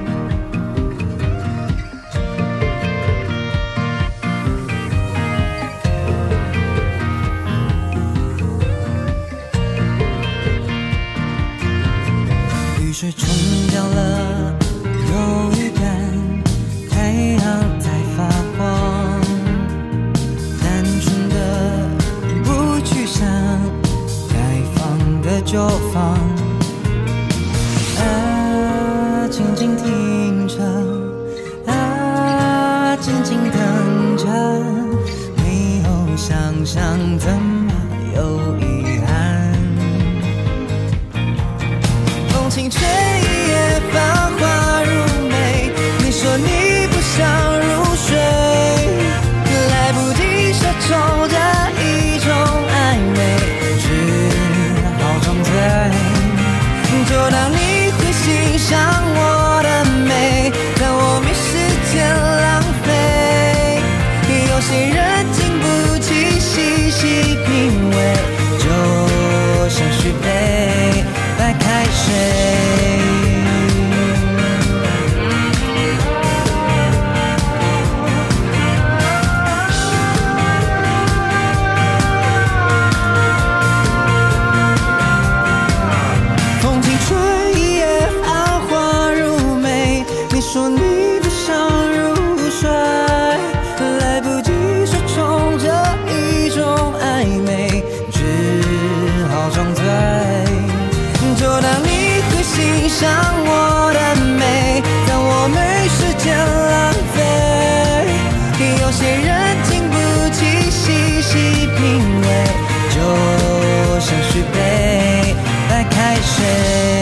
雨水冲掉了忧郁感，太阳在发光，单纯的不去想
就放。啊，静静听着，啊，静静等着，没有想象怎么有遗憾？风轻吹，夜繁花如美。你说你不想入睡，来不及奢求的一种暧昧，只好装醉。就当你会欣赏我的美，当我没时间浪费。有些人经不起细细品味，就像续杯白开水。风轻吹，一夜繁花如美。你说你不想入睡，来不及说冲着一种暧昧，只好装醉。就当你会欣赏我的美，当我没时间浪费。有些人经不起细细品味，就像续杯白开水。